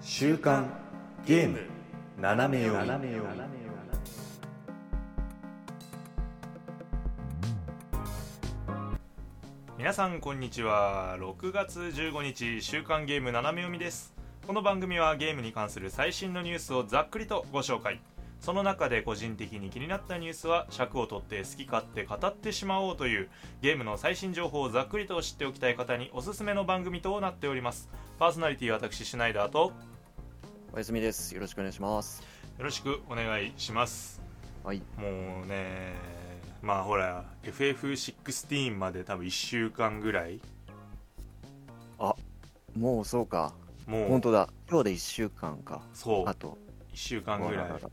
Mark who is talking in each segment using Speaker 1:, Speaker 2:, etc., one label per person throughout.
Speaker 1: 週刊ゲーム斜め読み
Speaker 2: 皆さんこんにちは6月15日週刊ゲーム斜め読みですこの番組はゲームに関する最新のニュースをざっくりとご紹介その中で個人的に気になったニュースは尺を取って好き勝手語ってしまおうというゲームの最新情報をざっくりと知っておきたい方におすすめの番組となっておりますパーソナリティは私シュナイダーと
Speaker 3: おやすみです。よろしくお願いします。
Speaker 2: よろしくお願いします
Speaker 3: はい。
Speaker 2: もうねまあほら FF16 まで多分1週間ぐらい
Speaker 3: もうそうか。
Speaker 2: もう
Speaker 3: 本当だ。今日で1週間か。
Speaker 2: そう
Speaker 3: あと。
Speaker 2: 1週間ぐら
Speaker 3: わ
Speaker 2: い
Speaker 3: らわら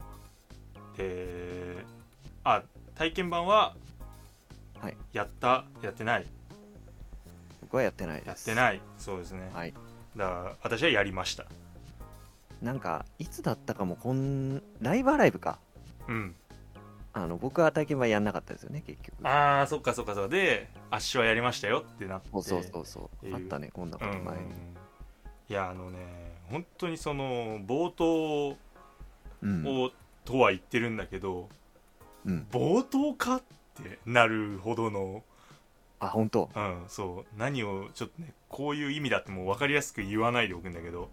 Speaker 2: であ体験版は
Speaker 3: はい
Speaker 2: やったやってない
Speaker 3: 僕はやってない
Speaker 2: や
Speaker 3: で
Speaker 2: っ
Speaker 3: す。
Speaker 2: て
Speaker 3: い。
Speaker 2: ないそうですね
Speaker 3: はい。
Speaker 2: だから私はやりました
Speaker 3: なんか、いつだったかも、こん、ライブアライブか。
Speaker 2: うん
Speaker 3: あの、僕は体験版やんなかったですよね、結局。
Speaker 2: ああそっかそっかそっかで圧勝はやりましたよってなって
Speaker 3: そうそうそうそう、
Speaker 2: っていう
Speaker 3: あったね、こんなこ
Speaker 2: う
Speaker 3: と
Speaker 2: ん
Speaker 3: 前に。
Speaker 2: いやあのね本当にその冒頭
Speaker 3: うん。うん。
Speaker 2: を、とは言ってるんだけど冒頭かってなるほどの
Speaker 3: あ、本当。
Speaker 2: うんそう何をちょっとねこういう意味だってもう分かりやすく言わないでおくんだけど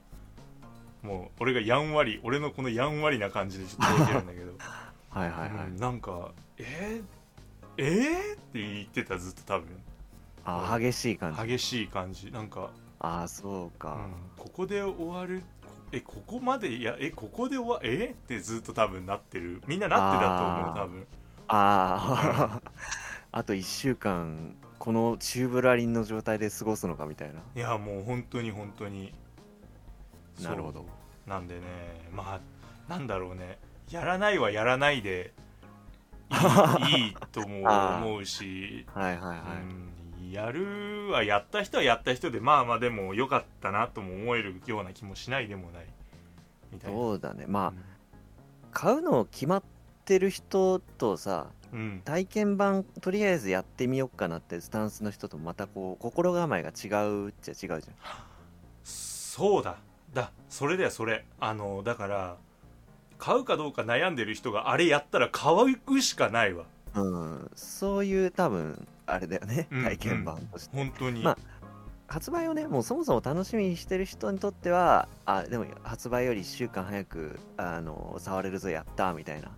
Speaker 2: もう俺がやんわり俺のこのやんわりな感じでちょっと言ってるんだけど、
Speaker 3: はいはいはい。
Speaker 2: うんなんかえー、えー、って言ってたずっと多分
Speaker 3: あ、激しい感じ。
Speaker 2: 激しい感じなんか、
Speaker 3: あ、そう
Speaker 2: う
Speaker 3: か
Speaker 2: ん。、ここで終わるこえここまでいやえここで終わえー、ってずっと多分なってるみんななってたと思う多分
Speaker 3: ああ、 あと1週間、このチューブラリンの状態で過ごすのかみたいな。
Speaker 2: いやもう本当に本当に
Speaker 3: なるほ
Speaker 2: ど
Speaker 3: ど。
Speaker 2: なんでねまあなんだろうねやらないはやらない でいいいいとも
Speaker 3: あー
Speaker 2: 思うし、
Speaker 3: はいはいはい。
Speaker 2: うんやるはやった人はやった人でまあまあでも良かったなとも思えるような気もしないでもないみたいな。
Speaker 3: そうだね。まあ、
Speaker 2: うん
Speaker 3: 買うの決まってる人とさ
Speaker 2: うん
Speaker 3: 体験版とりあえずやってみようかなってスタンスの人とまたこう心構えが違うっちゃ違うじ
Speaker 2: そうだだそれだよそれあのだから買うかどうか悩んでる人があれやったら買うしかないわ
Speaker 3: ゃん、うん、そういう多分あれだよね、
Speaker 2: うん
Speaker 3: 体験版として、
Speaker 2: 本当に、
Speaker 3: まあ発売をねもうそもそも楽しみにしてる人にとってはあでも発売より1週間早くあの触れるぞやったみたいな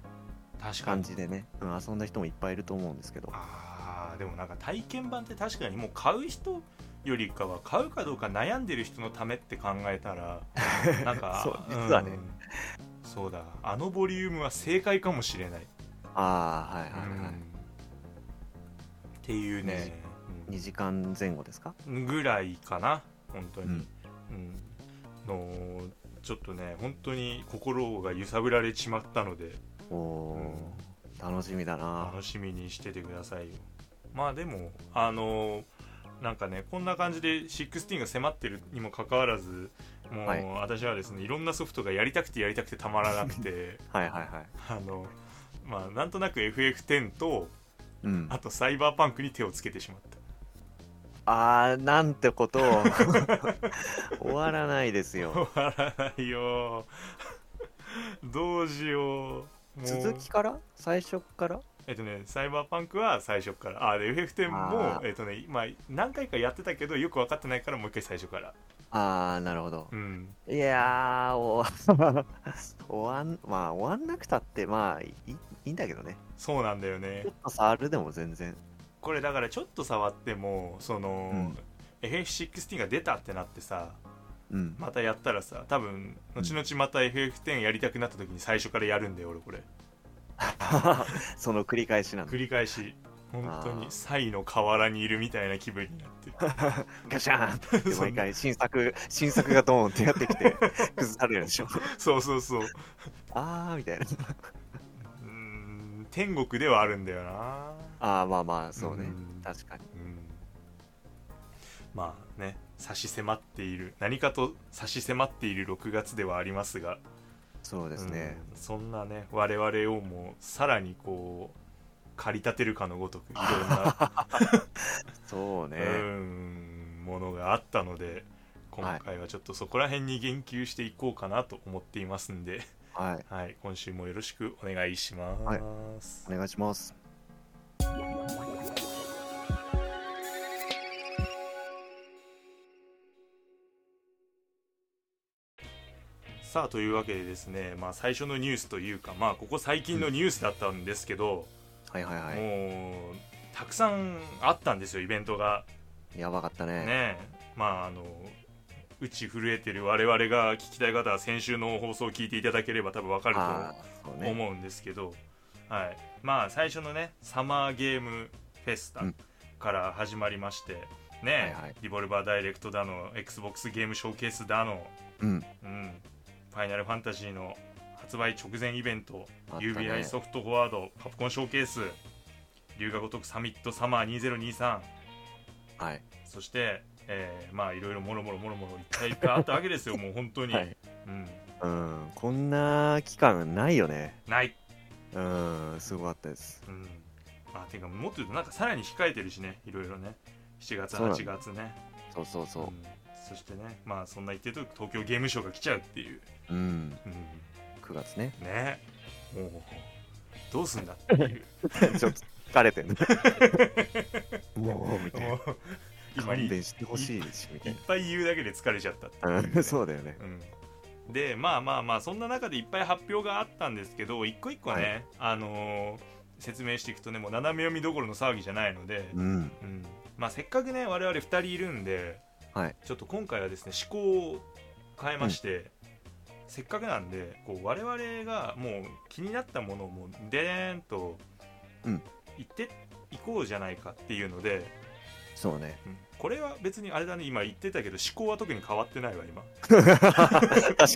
Speaker 2: 確か
Speaker 3: 感
Speaker 2: に
Speaker 3: じでね、うん、遊んだ人もいっぱいいると思うんですけど
Speaker 2: あーでもなんか体験版って確かにもう買う人よりかは買うかどうか悩んでる人のためって考えた らなんか
Speaker 3: そう実はね
Speaker 2: んそうだあのボリュームは正解かもしれない、
Speaker 3: ああはいはい
Speaker 2: うん
Speaker 3: は
Speaker 2: っ
Speaker 3: い、
Speaker 2: ていうね、
Speaker 3: 2時間前後ですか
Speaker 2: うんぐらいかな本当に、
Speaker 3: うん
Speaker 2: うんのちょっとね本当に心が揺さぶられちまったので
Speaker 3: おおー、楽しみだな
Speaker 2: 楽しみにしててくださいよまあでもあのなんかねこんな感じで16が迫ってるにもかかわらずもう、
Speaker 3: はい
Speaker 2: 私はですねいろんなソフトがやりたくてやりたくてたまらなく て
Speaker 3: はいはいはい
Speaker 2: あのまあなんとなく FF10 と
Speaker 3: うん
Speaker 2: あとサイバーパンクに手をつけてしまった
Speaker 3: あーなんてことを終わらないですよ
Speaker 2: 終わらないよ どうしようもう
Speaker 3: 続きから最初から
Speaker 2: えっとね、サイバーパンクは最初からあで FF10 も
Speaker 3: あ、ー
Speaker 2: えっとねまあ、何回かやってたけどよく分かってないからもう一回最初から
Speaker 3: あーなるほど
Speaker 2: うん
Speaker 3: いやーお 終わんまあ終わんなくたってまあいいいいんだけどね
Speaker 2: そうなんだよね
Speaker 3: ちょっと触るでも全然
Speaker 2: これだからちょっと触ってもその、
Speaker 3: うん
Speaker 2: FF16 が出たってなってさ
Speaker 3: うん
Speaker 2: またやったらさ多分後々また FF10 やりたくなった時に最初からやるんだよ俺これ
Speaker 3: その繰り返しなんだ
Speaker 2: 繰り返し本当
Speaker 3: あ
Speaker 2: に
Speaker 3: ー
Speaker 2: サイの河原にいるみたいな気分になってる
Speaker 3: ガシャーンっ
Speaker 2: そん
Speaker 3: て
Speaker 2: な
Speaker 3: 毎回新作新作がドーンってやってきて崩されるで しょ
Speaker 2: そうそうそう
Speaker 3: あーみたいな
Speaker 2: うーん天国ではあるんだよな
Speaker 3: あーまあまあそうね
Speaker 2: うん
Speaker 3: 確かに
Speaker 2: うんまあね差し迫っている何かと差し迫っている6月ではありますが
Speaker 3: そうですね
Speaker 2: うんそんなね我々をもうさらにこう駆り立てるかのごとくいろんな、
Speaker 3: そうね
Speaker 2: うんものがあったので今回はちょっとそこら辺に言及していこうかなと思っていますんで、
Speaker 3: はい、
Speaker 2: はい、今週もよろしくお願いします。
Speaker 3: お願いします。
Speaker 2: さあというわけでですね、まあ、最初のニュースというか、まあ、ここ最近のニュースだったんですけど、
Speaker 3: はいはいは
Speaker 2: もうたくさんあったんですよイベントが。
Speaker 3: い。やばかったね。
Speaker 2: ねまああのうち震えてる我々が聞きたい方は先週の放送を聞いていただければ多分わかると思う
Speaker 3: ああ、そうね。
Speaker 2: 思うんですけど、はい、まあ最初のねサマーゲームフェスタ
Speaker 3: うん
Speaker 2: から始まりまして、ね、
Speaker 3: はいはい
Speaker 2: リボルバーダイレクトだの XBOX ゲームショーケースだの、
Speaker 3: うん。
Speaker 2: うん、ファイナルファンタジーの発売直前イベント、
Speaker 3: あったね
Speaker 2: UBI ソフトフォワードカプコンショーケース龍が如くサミットサマー2023
Speaker 3: はい。
Speaker 2: そして、えーまあいろいろもろもろもろもろいっぱいいっぱいあっ たわけですよもう本当に、
Speaker 3: はい。
Speaker 2: うん、
Speaker 3: うん。こんな期間ないよね。
Speaker 2: ない、
Speaker 3: うん。すごかったです。
Speaker 2: うん、あてかもっと言うとなんかさらに控えてるしねいろいろね7月
Speaker 3: そうなん
Speaker 2: 8月ね
Speaker 3: そうそう
Speaker 2: う、
Speaker 3: そ
Speaker 2: ん、そしてねまあそんな言ってると東京ゲームショウが来ちゃうっていう、
Speaker 3: う。うん。
Speaker 2: うん、
Speaker 3: 9月ね。
Speaker 2: ねもうどうすんだって いう
Speaker 3: ちょっと疲れてる。も う、みたい
Speaker 2: も
Speaker 3: な。
Speaker 2: う今い
Speaker 3: 勘
Speaker 2: い
Speaker 3: 弁してほしいし、みた
Speaker 2: いっ
Speaker 3: い
Speaker 2: ぱい言うだけで疲れちゃったっていう
Speaker 3: な。
Speaker 2: ね
Speaker 3: うんそうだよね。
Speaker 2: うんでまあまあまあそんな中でいっぱい発表があったんですけど一個一個ね、あのー説明していくとねもう斜め読みどころの騒ぎじゃないので、
Speaker 3: うん。
Speaker 2: うんまあ、せっかくね我々2人いるんで、
Speaker 3: はい
Speaker 2: ちょっと今回はですね思考を変えまして、せっかくなんでこう我々がもう気になったものをもうでーんと
Speaker 3: うん
Speaker 2: 言っていこうじゃないかっていうので、
Speaker 3: そうね。
Speaker 2: う んこれは別にあれだね今言ってたけど思考は特に変わってないわ今。
Speaker 3: 確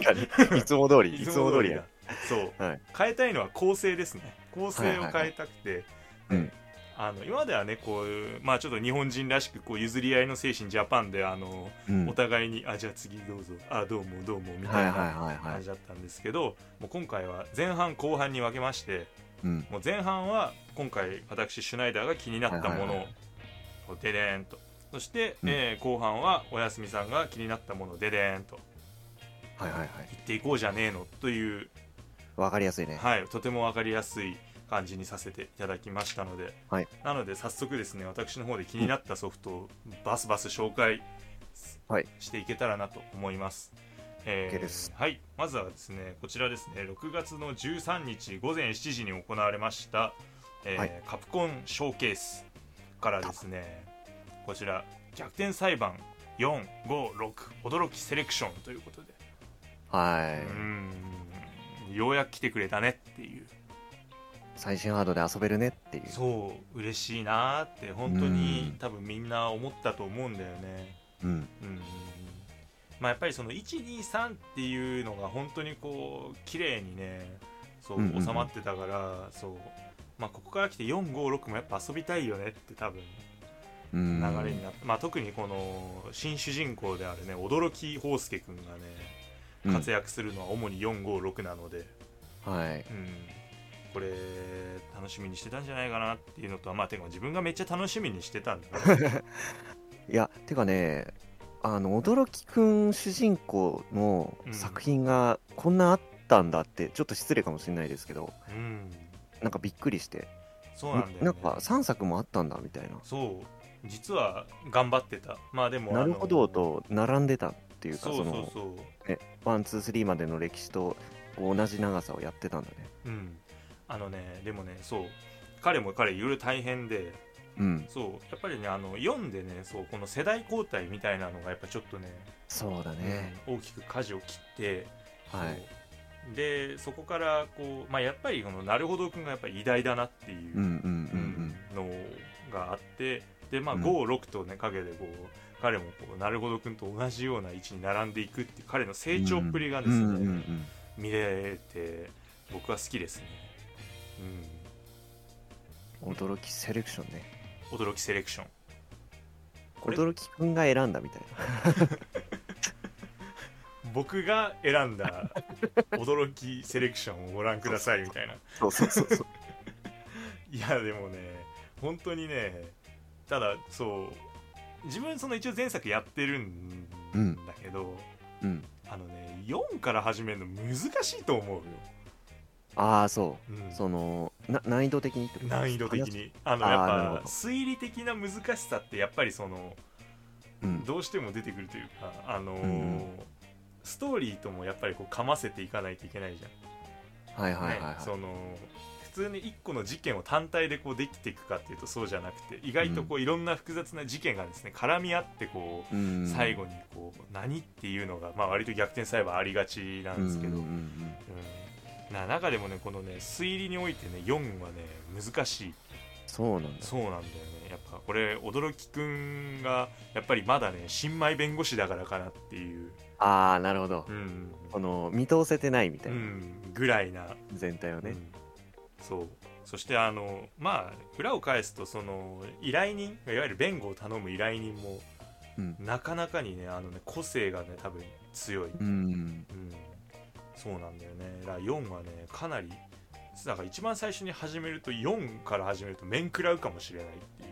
Speaker 3: かに。いつも通り、 いつも通りや。
Speaker 2: そう、
Speaker 3: はい
Speaker 2: 変えたいのは構成ですね構成を変えたくて、
Speaker 3: はいうん
Speaker 2: あの今まではねこういうまあちょっと日本人らしくこう譲り合いの精神ジャパンであの、
Speaker 3: うん。
Speaker 2: お
Speaker 3: はい
Speaker 2: 互いに「あじゃあ次どうぞあどうもどうも」み
Speaker 3: は
Speaker 2: た
Speaker 3: い
Speaker 2: いな
Speaker 3: はいは
Speaker 2: 感
Speaker 3: い。
Speaker 2: じだったんですけど、もう今回は前半後半に分けまして
Speaker 3: うん。
Speaker 2: もう前半は今回私シュナイダーが気になったも
Speaker 3: はいはいは
Speaker 2: のをデデーンとそして、
Speaker 3: うん
Speaker 2: えー後半はおやすみさんが気になったものをデデーンと
Speaker 3: はいはいはい。
Speaker 2: 言っていこうじゃねえのという
Speaker 3: わかりやすいね。
Speaker 2: はい、とても分かりやすい感じにさせていただきましたので、
Speaker 3: はい
Speaker 2: なので早速ですね私の方で気になったソフトをバスバス紹介
Speaker 3: はい
Speaker 2: していけたらなと思います。え
Speaker 3: OK です
Speaker 2: はい、まずはですねこちらですね6月の13日午前7時に行われました、えー
Speaker 3: はい
Speaker 2: カプコンショーケースからですねこちら「逆転裁判456驚きセレクション」ということで、
Speaker 3: は
Speaker 2: うー
Speaker 3: い。
Speaker 2: んようやく来てくれたねっていう
Speaker 3: 最新ハードで遊べるねっていう。
Speaker 2: そう嬉しいなーって本当に
Speaker 3: うん
Speaker 2: 多分みんな思ったと思うんだよね
Speaker 3: うん。
Speaker 2: うんまあやっぱりその123っていうのが本当にこう綺麗にねそう
Speaker 3: うんうんうん
Speaker 2: 収まってたから、そうまあここから来て456もやっぱ遊びたいよねって多分
Speaker 3: うん
Speaker 2: 流れになって、まあ特にこの新主人公であるね驚き宝介くんがね活躍するのは主に456なので、
Speaker 3: うんはい。
Speaker 2: うん、これ楽しみにしてたんじゃないかなっていうのとまあてか自分がめっちゃ楽しみにしてたんだ ね
Speaker 3: いや、てかね、あの、驚きくん主人公の作品がこんなあったんだって、ちょっと失礼かもしれないですけど、
Speaker 2: うん
Speaker 3: なんかびっくりして、
Speaker 2: そうなんだよ、ね、
Speaker 3: なんか3作もあったんだみたいな。
Speaker 2: そう実は頑張ってたまあでも
Speaker 3: なるほど
Speaker 2: っ
Speaker 3: と並んでたってい
Speaker 2: て
Speaker 3: うか、
Speaker 2: そう
Speaker 3: そ
Speaker 2: そう
Speaker 3: の、
Speaker 2: そう
Speaker 3: ワン、ツー、スリーまでの歴史と同じ長さをやってたんだね。
Speaker 2: うんあのねでもねそう彼も彼いろいろ大変で
Speaker 3: うん。
Speaker 2: そうやっぱりねあの読んでねそうこの世代交代みたいなのがやっぱちょっとね
Speaker 3: そうだね。
Speaker 2: うん大きく舵を切って
Speaker 3: はい。
Speaker 2: そうでそこからこう、まあ、やっぱりこのなるほど君がやっぱり偉大だなっていううん
Speaker 3: うんうん
Speaker 2: のがあってでまあ
Speaker 3: うん
Speaker 2: 56とね陰でこう彼もこうなるほど君と同じような位置に並んでいくっていう彼の
Speaker 3: うん。
Speaker 2: 成長っぷりがです
Speaker 3: うんうんうんう
Speaker 2: ね
Speaker 3: ん
Speaker 2: 見れて僕は好きですね、
Speaker 3: 驚きセレクションね。
Speaker 2: うん、驚きセレクションこれ
Speaker 3: 驚きくんが選んだみたいな。
Speaker 2: 僕が選ん だ驚きセレクションをご覧くださいみたいな
Speaker 3: そうそうそうそう。
Speaker 2: いやでもね本当にねただそう自分その一応前作やってるん
Speaker 3: うん
Speaker 2: だけど
Speaker 3: うん
Speaker 2: あのね4から始めるの難しいと思うよ、
Speaker 3: ああそ
Speaker 2: うん
Speaker 3: うそのな難易度的にってこと
Speaker 2: 難易度的
Speaker 3: 早す
Speaker 2: にあの
Speaker 3: あー
Speaker 2: やっ
Speaker 3: なる
Speaker 2: ぱ
Speaker 3: ほど
Speaker 2: 推理的な難しさってやっぱりその
Speaker 3: うん
Speaker 2: どうしても出てくるというかあのー
Speaker 3: うんうん
Speaker 2: ストーリーともやっぱりこうかませていかないといけないじゃん
Speaker 3: はいはいはい
Speaker 2: ね
Speaker 3: は
Speaker 2: その普通に1個の事件を単体でこうできていくかっていうとそうじゃなくて意外とこういろんな複雑な事件がですね絡み合ってこう
Speaker 3: いうん
Speaker 2: 最後にこう何っていうのがまあ割と逆転裁判ありがちなんですけど、
Speaker 3: う
Speaker 2: うん
Speaker 3: うんうんうん
Speaker 2: な中でもねこのね推理においてね4はね難しい
Speaker 3: そうなんだ
Speaker 2: そうなんだよねやっぱこれ驚きくんがやっぱりまだね新米弁護士だからかなっていう、
Speaker 3: ああなるほど
Speaker 2: うん
Speaker 3: この見通せてないみた
Speaker 2: う、
Speaker 3: いなん
Speaker 2: ぐらいな
Speaker 3: 全体をね
Speaker 2: うんそうそしてあのまあ裏を返すとその依頼人いわゆる弁護を頼む依頼人も
Speaker 3: うん
Speaker 2: なかなかにねあのね個性がね多分強い、うん
Speaker 3: うん
Speaker 2: そうなんだよねだから4はねかなりだから一番最初に始めると4から始めると面食らうかもしれないっていう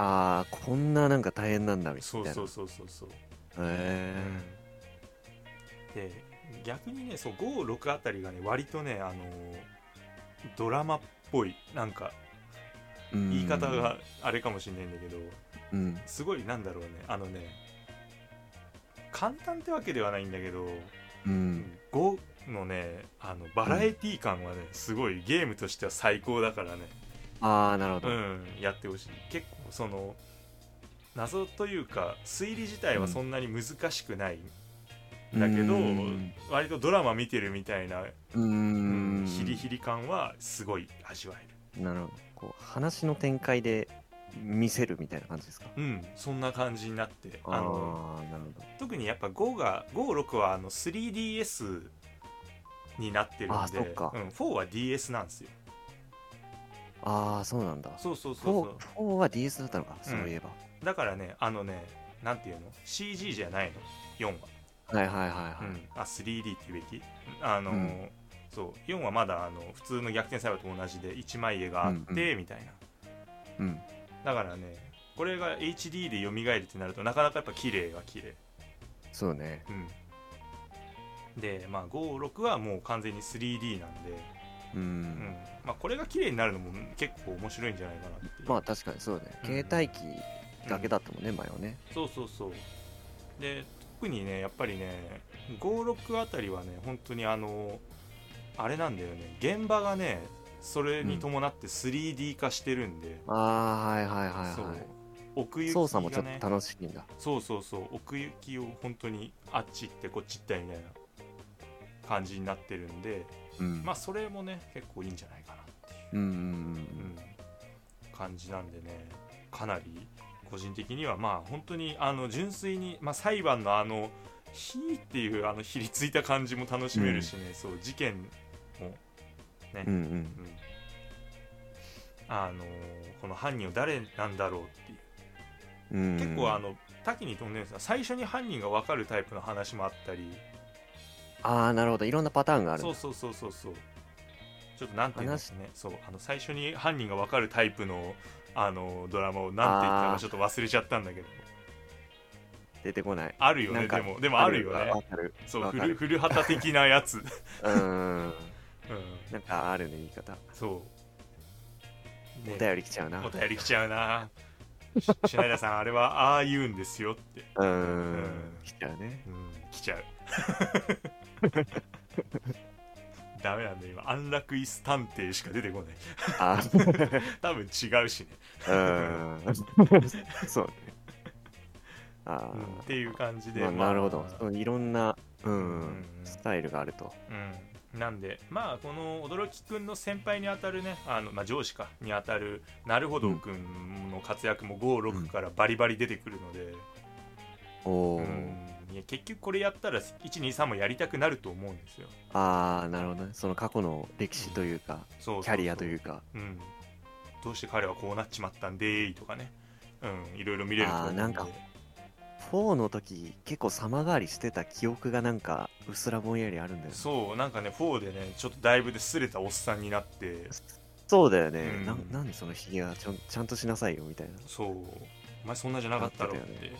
Speaker 3: ああこんななんか大変なんだみた
Speaker 2: そ
Speaker 3: いうな
Speaker 2: そうそうそうそう
Speaker 3: へ
Speaker 2: で逆にねそう56あたりがね割とねあのドラマっぽいなんか
Speaker 3: えうん
Speaker 2: 言い方があれかもしれないんだけど、
Speaker 3: うん
Speaker 2: すごいなんだろうねあのね簡単ってわけではないんだけど
Speaker 3: うん
Speaker 2: 5のねあのバラエティー感はね、すごいゲームとしては最高だからね、
Speaker 3: ああなるほ
Speaker 2: う
Speaker 3: ど
Speaker 2: ん、やってほしい結構その謎というか推理自体はそんなに難しくない、だけど
Speaker 3: うん
Speaker 2: 割とドラマ見てるみたいな、
Speaker 3: う
Speaker 2: うんヒリヒリ感はすごい味わえる
Speaker 3: なるほどこう話の展開で見せるみたいな感じですか
Speaker 2: うんそんな感じになって
Speaker 3: あ
Speaker 2: あの
Speaker 3: あーなるほど
Speaker 2: 特にやっぱ5が56はあの 3DS になってるんで
Speaker 3: あそっか
Speaker 2: うん、4は DS なんですよ
Speaker 3: ああそうなんだ
Speaker 2: そうそうそう
Speaker 3: フ
Speaker 2: そ
Speaker 3: ォーフォーは DS だったのか、そういえば
Speaker 2: うだからねあのねなんていうの CG じゃないの4は、
Speaker 3: はいはいはいは
Speaker 2: う
Speaker 3: い、
Speaker 2: ん、あ 3D って言うべきあのー、
Speaker 3: うん
Speaker 2: そう4はまだあの普通の逆転裁判と同じで一枚絵があってみたいな、
Speaker 3: うん
Speaker 2: だからねこれが HD で蘇るってなるとなかなかやっぱ綺麗は綺麗
Speaker 3: そうね
Speaker 2: うんでまあ56はもう完全に 3D なんで
Speaker 3: うん、
Speaker 2: うんまあ、これが綺麗になるのも結構面白いんじゃないかなっていう、
Speaker 3: まあ確かにそうだね、
Speaker 2: うん
Speaker 3: 携帯機だけだったもんね、前はね
Speaker 2: そうそうそうで特にねやっぱりね56あたりはね本当にあのあれなんだよね現場がねそれに伴って 3D 化してるんで、
Speaker 3: ああはいはいはい
Speaker 2: そう
Speaker 3: は
Speaker 2: 奥行
Speaker 3: い
Speaker 2: きが、ね、
Speaker 3: 操作もちょっと楽しいんだ
Speaker 2: そうそうそう奥行きを本当にあっち行ってこっち行ったりみたいな感じになってるんで
Speaker 3: うん、
Speaker 2: まあそれもね結構いいんじゃないかなっていう
Speaker 3: うんうん
Speaker 2: うん、感じなんでねかなり個人的にはまあ本当にあの純粋に、まあ、裁判のあの「ひ」っていうあのひりついた感じも楽しめるしね、そう事件も、
Speaker 3: うんうんうんうん
Speaker 2: うんあのこの犯人は誰なんだろうっていう
Speaker 3: うん
Speaker 2: 結構あの多岐に飛んでるんですが最初に犯人が分かるタイプの話もあったり
Speaker 3: ああなるほどいろんなパターンがあるん
Speaker 2: そ
Speaker 3: だ
Speaker 2: うそうそうそうそうちょっとなんて言うんですかねそうあの最初に犯人が分かるタイプのあのドラマをなんて言ったかちょっと忘れちゃったんだけど
Speaker 3: 出てこない
Speaker 2: あるよ
Speaker 3: な
Speaker 2: ね
Speaker 3: んか
Speaker 2: でもでもあるよね
Speaker 3: わかる
Speaker 2: そう
Speaker 3: わか
Speaker 2: 古
Speaker 3: る
Speaker 2: 古畑的な やつ、うん、
Speaker 3: うんなんかあるね言い方
Speaker 2: そう、
Speaker 3: お
Speaker 2: ね
Speaker 3: 便り来ちゃうな
Speaker 2: お便り来ちゃうなしシュナイダーさんあれはああ言うんですよって、
Speaker 3: うん、
Speaker 2: うん
Speaker 3: 来ちゃうね
Speaker 2: うん、来ちゃう ダメなんだよ今安楽椅子探偵しか出てこない
Speaker 3: あ
Speaker 2: 多分違うしね
Speaker 3: ーうんそうね あ
Speaker 2: うんっ
Speaker 3: ー
Speaker 2: ていう感じで、
Speaker 3: まあ、なるほど
Speaker 2: まあ
Speaker 3: そういろんな、うん
Speaker 2: うん
Speaker 3: スタイルがあると
Speaker 2: うん、なんでまあこの驚きくんの先輩にあたるねあの、まあ、上司かにあたるなるほどくんの活躍も56からバリバリ出てくるので、う
Speaker 3: おお、
Speaker 2: んいや結局これやったら123もやりたくなると思うんですよ
Speaker 3: ああなるほどねその過去の歴史というか、
Speaker 2: そうそうそう
Speaker 3: キャリアというか
Speaker 2: うん、どうして彼はこうなっちまったんでーいとかね、うん、いろいろ見れると思う
Speaker 3: あー
Speaker 2: んで
Speaker 3: なんか4の時結構様変わりしてた記憶がなんかうっすらぼんやりあるんだよねそ
Speaker 2: そうなんかね4でねちょっとだいぶで擦れたおっさんになって
Speaker 3: うだよね、
Speaker 2: うん
Speaker 3: なん、なんでそのひげはちょんちゃんとしなさいよみたいな
Speaker 2: そうお前そんなじゃなかったろっ
Speaker 3: なってた
Speaker 2: て
Speaker 3: よ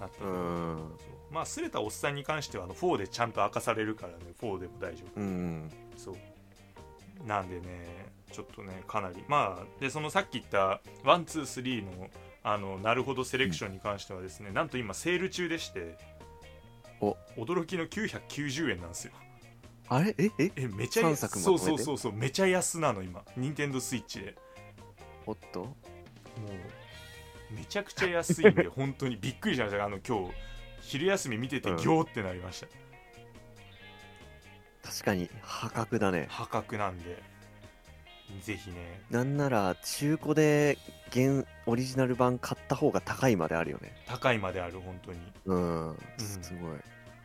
Speaker 2: なったけ
Speaker 3: う
Speaker 2: ど
Speaker 3: ん
Speaker 2: そうまあすれたおっさんに関してはあの4でちゃんと明かされるからね4でも大丈夫
Speaker 3: うん
Speaker 2: そうなんでねちょっとねかなりまあでそのさっき言った123のあのなるほどセレクションに関してはですね、なんと今セール中でして
Speaker 3: お
Speaker 2: 驚きの990円なんですよ
Speaker 3: あれええ
Speaker 2: えめちゃ安
Speaker 3: 三作まと
Speaker 2: そ
Speaker 3: め
Speaker 2: う
Speaker 3: て
Speaker 2: そうそうそうめちゃ安なの今任天堂スイッチで
Speaker 3: おっと
Speaker 2: もうめちゃくちゃ安 いんで本当にびっくりしましたあの今日昼休み見てて
Speaker 3: うん
Speaker 2: ギョーってなりました、
Speaker 3: 確かに破格だね
Speaker 2: 破格なんでぜひね
Speaker 3: なんなら中古で現オリジナル版買った方が高いまであるよね
Speaker 2: 高いまである本当に
Speaker 3: うんすごい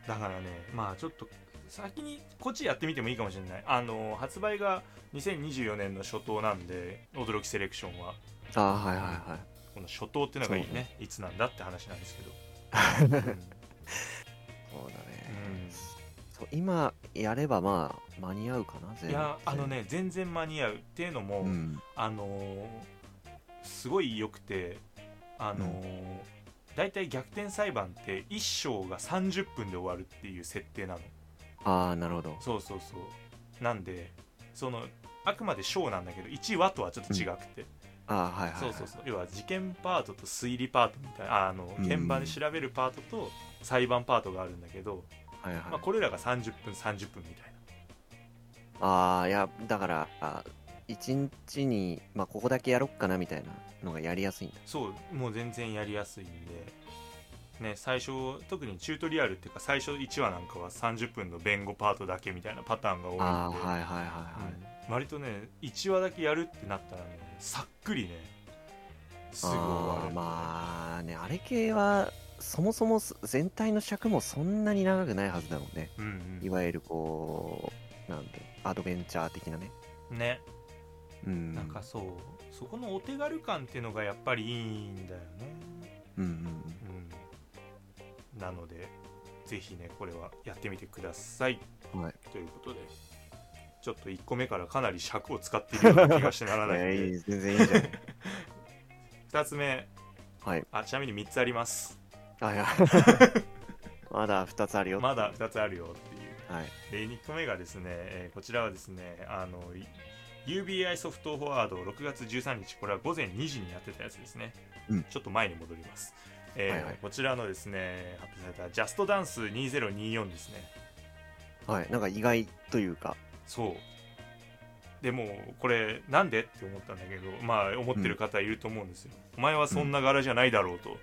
Speaker 2: だからねまあちょっと先にこっちやってみてもいいかもしれないあの発売が2024年の初頭なんで驚きセレクションは
Speaker 3: ああはいはいはい
Speaker 2: この初頭ってのがいいね
Speaker 3: そう
Speaker 2: いつなんだって話なんですけど、うん
Speaker 3: そうだね
Speaker 2: うん
Speaker 3: そう今やればまあ間に合うかな全然
Speaker 2: いやあのね全然間に合うっていうのも、
Speaker 3: うん
Speaker 2: あのーすごい良くてあのー大体逆転裁判って1章が30分で終わるっていう設定なの
Speaker 3: ああなるほど
Speaker 2: そうそうそうなんでそのあくまで章なんだけど1話とはちょっと違くて、
Speaker 3: ああはいはいはい
Speaker 2: そうそうそう要は事件パートと推理パートみたいなあの
Speaker 3: うん
Speaker 2: 現場で調べるパートと裁判パートがあるんだけど、
Speaker 3: はいはい
Speaker 2: まあ、これらが30分30分みたいな
Speaker 3: ああいやだからあ1日に、まあ、ここだけやろっかなみたいなのがやりやすいんだ
Speaker 2: そうもう全然やりやすいんでね最初特にチュートリアルっていうか最初1話なんかは30分の弁護パートだけみたいなパターンが多いんで、
Speaker 3: ああはいはいはいはい、
Speaker 2: うん割とね1話だけやるってなったらねさっくりねすぐ終わ
Speaker 3: あ
Speaker 2: る
Speaker 3: ーまあねあれ系はそもそもす全体の尺もそんなに長くないはずだもんね
Speaker 2: うん
Speaker 3: いわゆるこうなんてアドベンチャー的なね
Speaker 2: うんね
Speaker 3: うん
Speaker 2: なんかそうそこのお手軽感っていうのがやっぱりいいんだよね
Speaker 3: うんうん
Speaker 2: うんなのでぜひねこれはやってみてください
Speaker 3: うんはい
Speaker 2: ということでちょっと1個目からかなり尺を使っているような気がしてならないの
Speaker 3: いやい
Speaker 2: で
Speaker 3: い全然いいんじ ゃない
Speaker 2: 2つ目
Speaker 3: はい
Speaker 2: あちなみに3つあります
Speaker 3: あいや まだ2つあるよ
Speaker 2: まだ2つあるよっていう
Speaker 3: はい
Speaker 2: で2個目がですね、えーこちらはですねあのい UBI ソフトフォワード6月13日これは午前2時にやってたやつですね、
Speaker 3: うん
Speaker 2: ちょっと前に戻ります、えー
Speaker 3: はいはい
Speaker 2: こちらのですね発表されたジャストダンス2024ですね
Speaker 3: はいなんか意外というか
Speaker 2: そうでもうこれなんでって思ったんだけどまあ思ってる方いると思うんですよ、お前はそんな柄じゃないだろう と、うん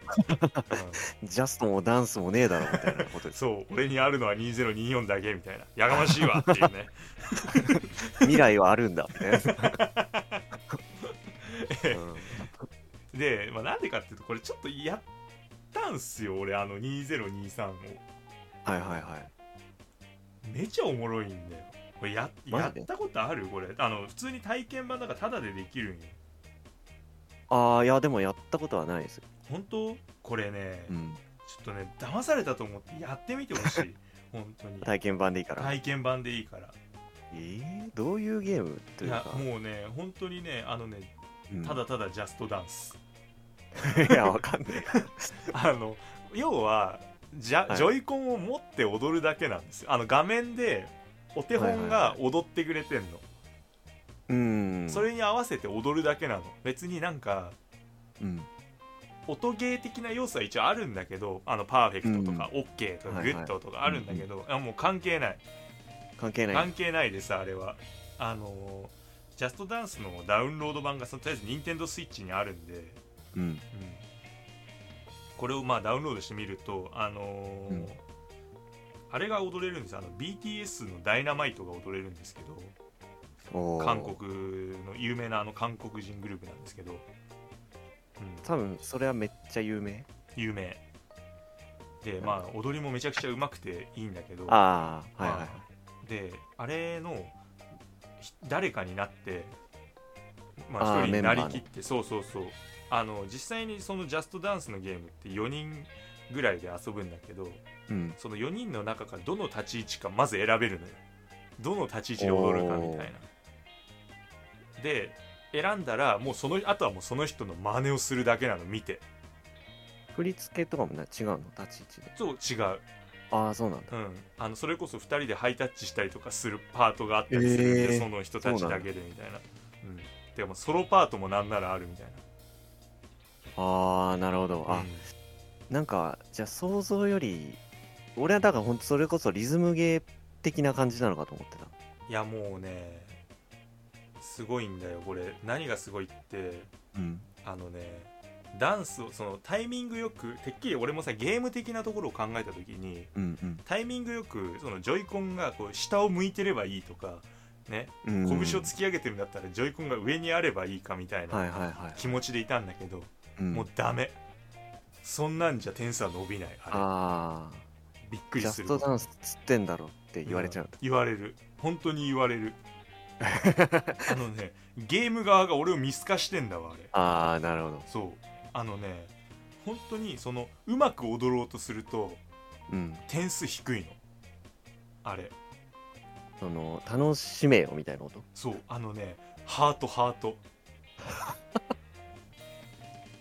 Speaker 3: ジャストもダンスもねえだろみたいなことです
Speaker 2: そう俺にあるのは2024だけみたいなやがましいわっていうね
Speaker 3: 未来はあるんだみ たいなうん
Speaker 2: で、まあ、なんでかっていうとこれちょっとやったんすよ俺あの2023を
Speaker 3: はいはいはい
Speaker 2: めちゃおもろいんだよこれやや
Speaker 3: マジで
Speaker 2: ったことあるこれあの普通に体験版だからタダでできるんよ
Speaker 3: ああいやでもやったことはないですよ、
Speaker 2: 本当これね、
Speaker 3: う
Speaker 2: ちょ
Speaker 3: ん、
Speaker 2: っとね騙されたと思ってやってみてほし い本当に
Speaker 3: 体験版でいいから、
Speaker 2: 体験版でいいから
Speaker 3: えーどういうゲームと
Speaker 2: い
Speaker 3: いう
Speaker 2: や
Speaker 3: か
Speaker 2: もうね本当にねあのね
Speaker 3: うん
Speaker 2: ただただジャストダンス、
Speaker 3: いやわかんない
Speaker 2: あの要はジャ、
Speaker 3: はい
Speaker 2: ジョイコンを持って踊るだけなんですよあの画面でお手本が踊ってくれてんの、
Speaker 3: うん
Speaker 2: それに合わせて踊るだけなの別になんか
Speaker 3: うん
Speaker 2: 音ゲー的な要素は一応あるんだけどあのパーフェクトとか、オッケーとか、
Speaker 3: はいはい
Speaker 2: グッドとかあるんだけど、あもう関係ない
Speaker 3: 関係ない
Speaker 2: 関係ないですあれはあのージャストダンスのダウンロード版がそのとりあえず任天堂スイッチにあるんで、うん、
Speaker 3: うん
Speaker 2: これをまあダウンロードしてみるとあのー
Speaker 3: うん
Speaker 2: あれが踊れるんですあの BTS の「ダイナマイト」が踊れるんですけど
Speaker 3: おー
Speaker 2: 韓国の有名なあの韓国人グループなんですけど、うん、
Speaker 3: 多分それはめっちゃ有名
Speaker 2: 有名でまあ踊りもめちゃくちゃうまくていいんだけど
Speaker 3: ああはいはい
Speaker 2: であれのひ誰かになってま
Speaker 3: あ
Speaker 2: あ一
Speaker 3: ー
Speaker 2: 人になり
Speaker 3: メンバ
Speaker 2: きっ
Speaker 3: ー
Speaker 2: てそうそうそうあの実際にそのジャストダンスのゲームって4人ぐらいで遊ぶんだけど
Speaker 3: うん
Speaker 2: その4人の中からどの立ち位置かまず選べるのよどの立ち位置で踊るかみたいなで選んだらもうそのあとはもうその人の真似をするだけなの見て
Speaker 3: 振り付けとかもな違うの立ち位置で
Speaker 2: そう違う、
Speaker 3: ああそうなんだ
Speaker 2: うん、あのそれこそ2人でハイタッチしたりとかするパートがあったりするんで、
Speaker 3: えー
Speaker 2: その人たちだけでみたいなうん、でもソロパートもなんならあるみたい
Speaker 3: ああなるほど
Speaker 2: な
Speaker 3: あ、
Speaker 2: うん
Speaker 3: なんかじゃあ想像より俺はだから本当それこそリズムゲー的な感じなのかと思ってた
Speaker 2: いやもうねすごいんだよこれ何がすごいって
Speaker 3: うん
Speaker 2: あのねダンスをそのタイミングよくてっきり俺もさゲーム的なところを考えた時に
Speaker 3: うん
Speaker 2: タイミングよくそのジョイコンがこう下を向いてればいいとかね
Speaker 3: うん
Speaker 2: 拳を
Speaker 3: つ
Speaker 2: 突き上げてるんだったらジョイコンが上にあればいいかみたい
Speaker 3: はい
Speaker 2: な
Speaker 3: はいはい、
Speaker 2: 気持ちでいたんだけど、
Speaker 3: うん
Speaker 2: もうダメそんなんじゃ点数は伸びないあ
Speaker 3: あ
Speaker 2: れびっく
Speaker 3: あ
Speaker 2: り
Speaker 3: ジャ
Speaker 2: す
Speaker 3: ス
Speaker 2: る
Speaker 3: トダンスつってんだろって言われちゃうんだ、
Speaker 2: 言われる本当に言われ るあのねゲーム側が俺を見透かしてんだわあれ
Speaker 3: ああなるほど
Speaker 2: そうあのね本当にそのうまく踊ろうとすると
Speaker 3: うん
Speaker 2: 点数低いのあれ
Speaker 3: その楽しめよみたいなこと
Speaker 2: そうあのねハートハートって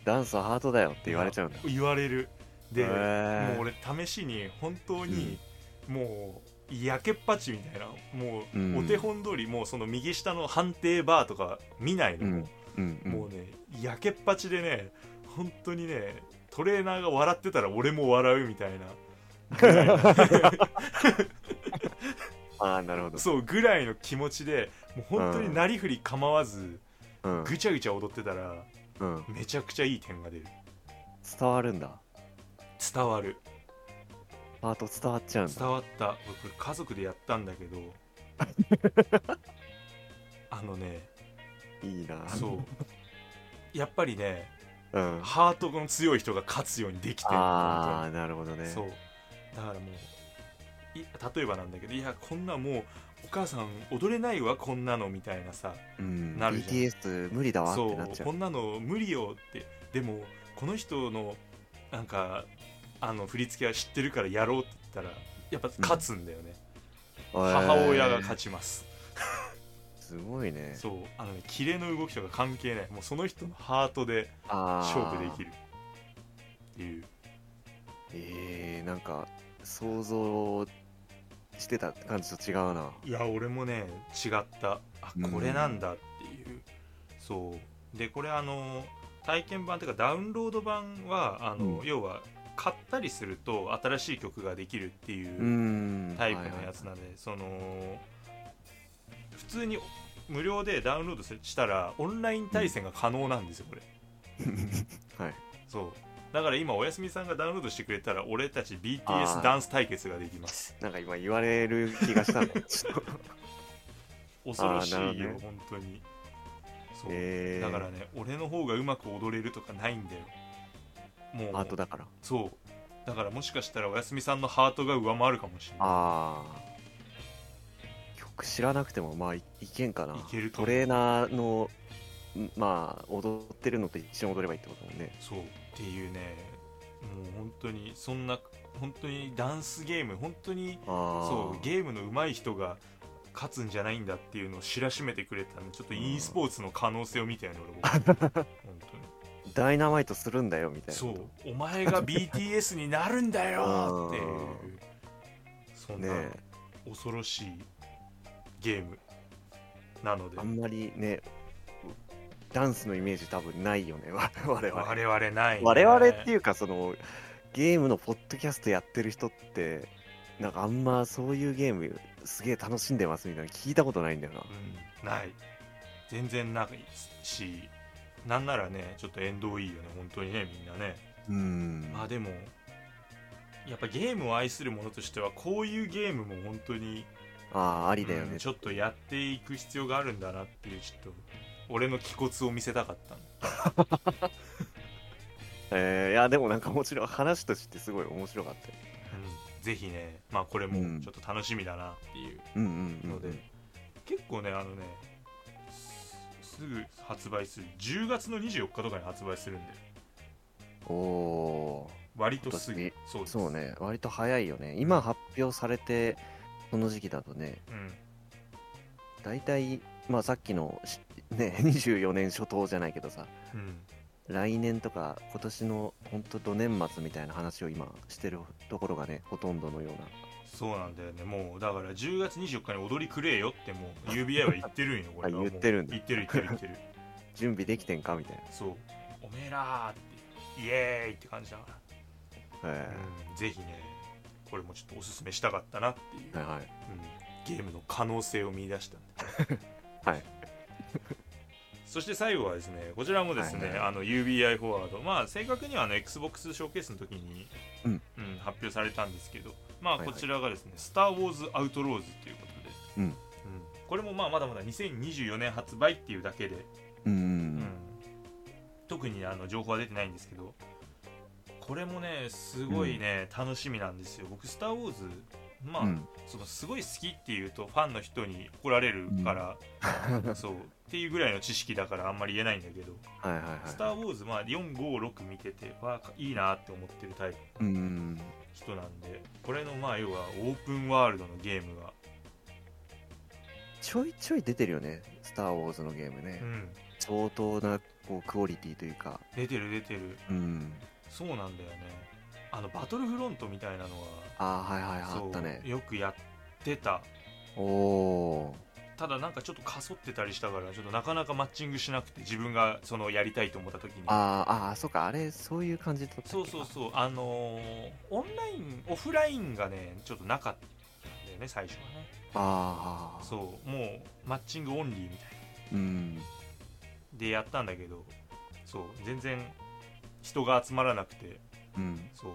Speaker 3: ダンスはハートだよって言われちゃうんだ
Speaker 2: 言われるで、
Speaker 3: へー
Speaker 2: もう俺試しに本当にもう焼けっぱちみたいなも
Speaker 3: うん
Speaker 2: うお手本通りもうその右下の判定バーとか見ないの、
Speaker 3: うんうんうん
Speaker 2: もうね焼けっぱちでね本当にねトレーナーが笑ってたら俺も笑うみたいなぐらいの
Speaker 3: ああなるほど、
Speaker 2: そうぐらいの気持ちでもう本当になりふり構わず
Speaker 3: うん
Speaker 2: ぐちゃぐちゃ踊ってたら
Speaker 3: うん、
Speaker 2: めちゃくちゃいい点が出る
Speaker 3: 伝わるんだ
Speaker 2: 伝わる
Speaker 3: ハート伝わっちゃうんだ
Speaker 2: 伝わった俺これ家族でやったんだ けどあのね
Speaker 3: いいな
Speaker 2: そうやっぱりね
Speaker 3: う、うん、
Speaker 2: ハートの強い人が勝つようにできてる
Speaker 3: ああなるほどね
Speaker 2: そうだからもうい例えばなんだけどいやこんなもうお母さん踊れないわこんなのみたいなさ
Speaker 3: うん、
Speaker 2: なるじゃん
Speaker 3: BTS 無理だわっ
Speaker 2: そ
Speaker 3: てなっち
Speaker 2: う
Speaker 3: ゃう
Speaker 2: こんなの無理よってでもこの人のなんかあの振り付けは知ってるからやろうって言ったらやっぱ勝つんだよね、母親が
Speaker 3: えー
Speaker 2: 勝ちます、
Speaker 3: すごいね
Speaker 2: そうあのねキレの動きとか関係ないもうその人のハートで勝
Speaker 3: 勝
Speaker 2: 負できるっていう
Speaker 3: えー、なんか想像してた感じと違うない
Speaker 2: や俺もね違ったあ
Speaker 3: うん
Speaker 2: これなんだっていう、そうでこれあの体験版というかダウンロード版はあの、
Speaker 3: うん
Speaker 2: 要は買ったりすると新しい曲ができるっていううんタイプのやつなんで、その普通に無料でダウンロードすしたらオンライン対戦が可能なんですよこれ
Speaker 3: はいはいはい
Speaker 2: そうだから今おやすみさんがダウンロードしてくれたら俺たち
Speaker 3: あ
Speaker 2: BTS
Speaker 3: ー
Speaker 2: ダンス対決ができます
Speaker 3: なんか今言われる気がし たんだちょっと
Speaker 2: 恐ろしいよ
Speaker 3: あ、ーなるほど
Speaker 2: 本当にそう、
Speaker 3: えー、
Speaker 2: だからね俺の方がうまく踊れるとかないんだよもう
Speaker 3: ハートだから
Speaker 2: そうだからもしかしたらおやすみさんのハートが上回るかもしれない
Speaker 3: ああ曲知らなくてもまあいいけんかない
Speaker 2: けると
Speaker 3: ト
Speaker 2: 思う
Speaker 3: レーナーのんまあ踊ってるのと一緒に踊ればいいってことだもんね
Speaker 2: そうっていうねもう本当にそんな本当にダンスゲーム本当に
Speaker 3: ああ
Speaker 2: そうゲームの上手い人が勝つんじゃないんだっていうのを知らしめてくれたんでちょっと e スポーツの可能性を見たよね俺も 本当に
Speaker 3: ダイナマイトするんだよみたいな
Speaker 2: そ
Speaker 3: こと
Speaker 2: うお前が BTS になるんだよっていう
Speaker 3: うん
Speaker 2: そん
Speaker 3: ね
Speaker 2: な
Speaker 3: え
Speaker 2: 恐ろしいゲームなので
Speaker 3: あんまりねダンスのイメージ多分ないよね 我我々
Speaker 2: 我々ない、ね、
Speaker 3: 我々っていうかそのゲームのポッドキャストやってる人ってなんかあんまそういうゲームすげえ楽しんでますみたいなの聞いたことないんだよな
Speaker 2: うん、ない全然ないしなんならねちょっと縁遠いいよね本当にねみんなね
Speaker 3: うん
Speaker 2: まあでもやっぱゲームを愛する者としてはこういうゲームも本当に、
Speaker 3: ああありだよ
Speaker 2: うん
Speaker 3: ね
Speaker 2: ちょっとやっていく必要があるんだなっていうちょっと俺の気骨を見せたかったの
Speaker 3: えーいやでもなんかもちろん話としてすごい面白かったよ
Speaker 2: ぜひね、まあ、これ
Speaker 3: うん
Speaker 2: もちょっと楽しみだなっていう
Speaker 3: うんうんうん
Speaker 2: ので、結構ねあのねすすぐ発売する10月の24日とかに発売するんで
Speaker 3: おお
Speaker 2: 割とす
Speaker 3: 今
Speaker 2: ぐそう
Speaker 3: ー
Speaker 2: です
Speaker 3: そうね割と早いよね今発表されてこの時期だとね
Speaker 2: うん、
Speaker 3: 大体まあさっきのしね24年初頭じゃないけどさ
Speaker 2: うん
Speaker 3: 来年とか今年の本当と年末みたいな話を今してるところがねほとんどのような
Speaker 2: そうなんだよねもうだから10月24日に踊りくれよってもう UBI は言ってるんよこれはもう
Speaker 3: あ言ってるんだ
Speaker 2: 言ってる言ってる言ってる
Speaker 3: 準備できてんかみたいな、
Speaker 2: そうおめえらーってイエーイって感じだから
Speaker 3: え
Speaker 2: うんぜひねこれもちょっとおすすめしたかったなっていう、
Speaker 3: ーはい
Speaker 2: う
Speaker 3: はい
Speaker 2: んゲームの可能性を見出したんで
Speaker 3: はい
Speaker 2: そして最後はですねこちらもですね、
Speaker 3: はい
Speaker 2: あの UBI フォワードまあ正確にはあの XBOX ショーケースの時に、
Speaker 3: うん
Speaker 2: 発表されたんですけどまあ
Speaker 3: はいは
Speaker 2: こ
Speaker 3: い
Speaker 2: ちらがですね「スター・ウォーズ・アウトローズ」ということで、
Speaker 3: うん
Speaker 2: これもまあまだまだ2024年発売っていうだけで
Speaker 3: うん
Speaker 2: 特にあの情報は出てないんですけどこれもねすごいね、楽しみみなんですよ僕「スター・ウォーズ」まあ、
Speaker 3: うん
Speaker 2: そのすごい好きっていうとファンの人に怒られるから、そうっていうぐらいの知識だからあんまり言えないんだけど「
Speaker 3: はいはいはい
Speaker 2: スター・ウォーズ」まあ456見ててはいいなって思ってるタイプの
Speaker 3: うんうん
Speaker 2: 人なんでこれのまあ要はオープンワールドのゲームが、
Speaker 3: ちょいちょい出てるよね「スター・ウォーズ」のゲームね、
Speaker 2: うん、
Speaker 3: 相当なこうクオリティというか
Speaker 2: 出てる出てる
Speaker 3: うん
Speaker 2: そうなんだよねあのバトルフロントみたいなのは
Speaker 3: ああーはいはいはい
Speaker 2: そう
Speaker 3: あったね
Speaker 2: よくやってた
Speaker 3: おお
Speaker 2: ただなんかちょっとかそってたりしたからちょっとなかなかマッチングしなくて自分がそのやりたいと思った時に
Speaker 3: あーあーそっかあれそういう感じだったっけ
Speaker 2: そうそうそうあのーオンラインオフラインがねちょっとなかったんだよね最初はね
Speaker 3: ああ
Speaker 2: そうもうマッチングオンリーみたいな
Speaker 3: うん
Speaker 2: でやったんだけどそう全然人が集まらなくて
Speaker 3: うん
Speaker 2: そう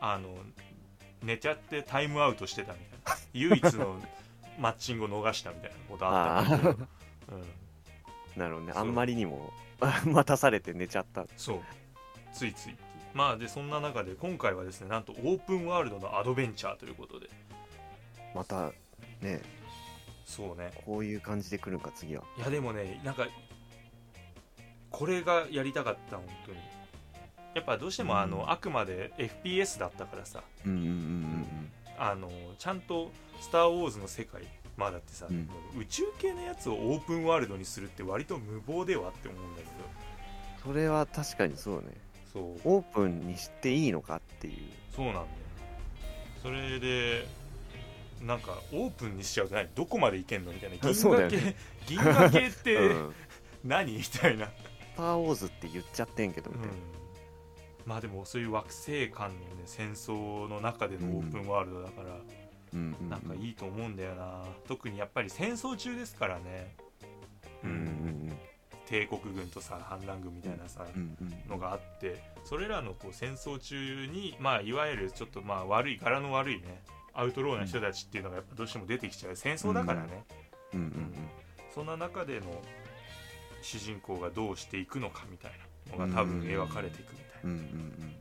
Speaker 2: あの寝ちゃってタイムアウトしてたみたいな 唯一のマッチングを逃したみたいなことあったんだけど、うん、
Speaker 3: なるほどね
Speaker 2: そう
Speaker 3: あんまりにも 待たされて寝ちゃった
Speaker 2: そうついついまあでそんな中で今回はですねなんとオープンワールドのアドベンチャーということで
Speaker 3: またね
Speaker 2: そうね
Speaker 3: こういう感じで来るんか次はい
Speaker 2: やでもねなんかこれがやりたかった本当にやっぱどうしてもあの、
Speaker 3: うん
Speaker 2: あくまで FPS だったからさ
Speaker 3: うんうんうん
Speaker 2: あのちゃんと「スター・ウォーズ」の世界まあだってさ、
Speaker 3: うん
Speaker 2: 宇宙系のやつをオープンワールドにするって割と無謀ではって思うんだけど
Speaker 3: それは確かにそうね
Speaker 2: そう
Speaker 3: オープンにしていいのかっていう
Speaker 2: そうなんだよそれでなんかオープンにしちゃうと何どこまでいけんのみたい な銀
Speaker 3: そうだ
Speaker 2: 河
Speaker 3: よ
Speaker 2: 系、
Speaker 3: ね
Speaker 2: 銀河系 って
Speaker 3: うん
Speaker 2: 何、みたいな、
Speaker 3: スター・ウォーズって言っちゃってんけどみたいな、
Speaker 2: まあでもそういう惑星間のね戦争の中でのオープンワールドだから、
Speaker 3: うんうんうん、
Speaker 2: なんかいいと思うんだよな特にやっぱり戦争中ですからね、
Speaker 3: うんうん
Speaker 2: 帝国軍とさ反乱軍みたいなさ、
Speaker 3: うんうんうん
Speaker 2: のがあってそれらのこう戦争中に、まあ、いわゆるちょっとまあ悪い柄の悪いねアウトローな人たちっていうのがやっぱどうしても出てきちゃう戦争だからね、
Speaker 3: うんうん
Speaker 2: そんな中での主人公がどうしていくのかみたいなのが多分描かれていくみたいな、
Speaker 3: うんうんうん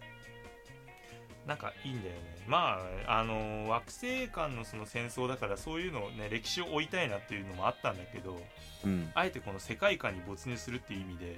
Speaker 2: なんかいいんだよねまああの惑星間のその戦争だからそういうのをね歴史を追いたいなっていうのもあったんだけど
Speaker 3: うん
Speaker 2: あえてこの世界観に没入するっていう意味で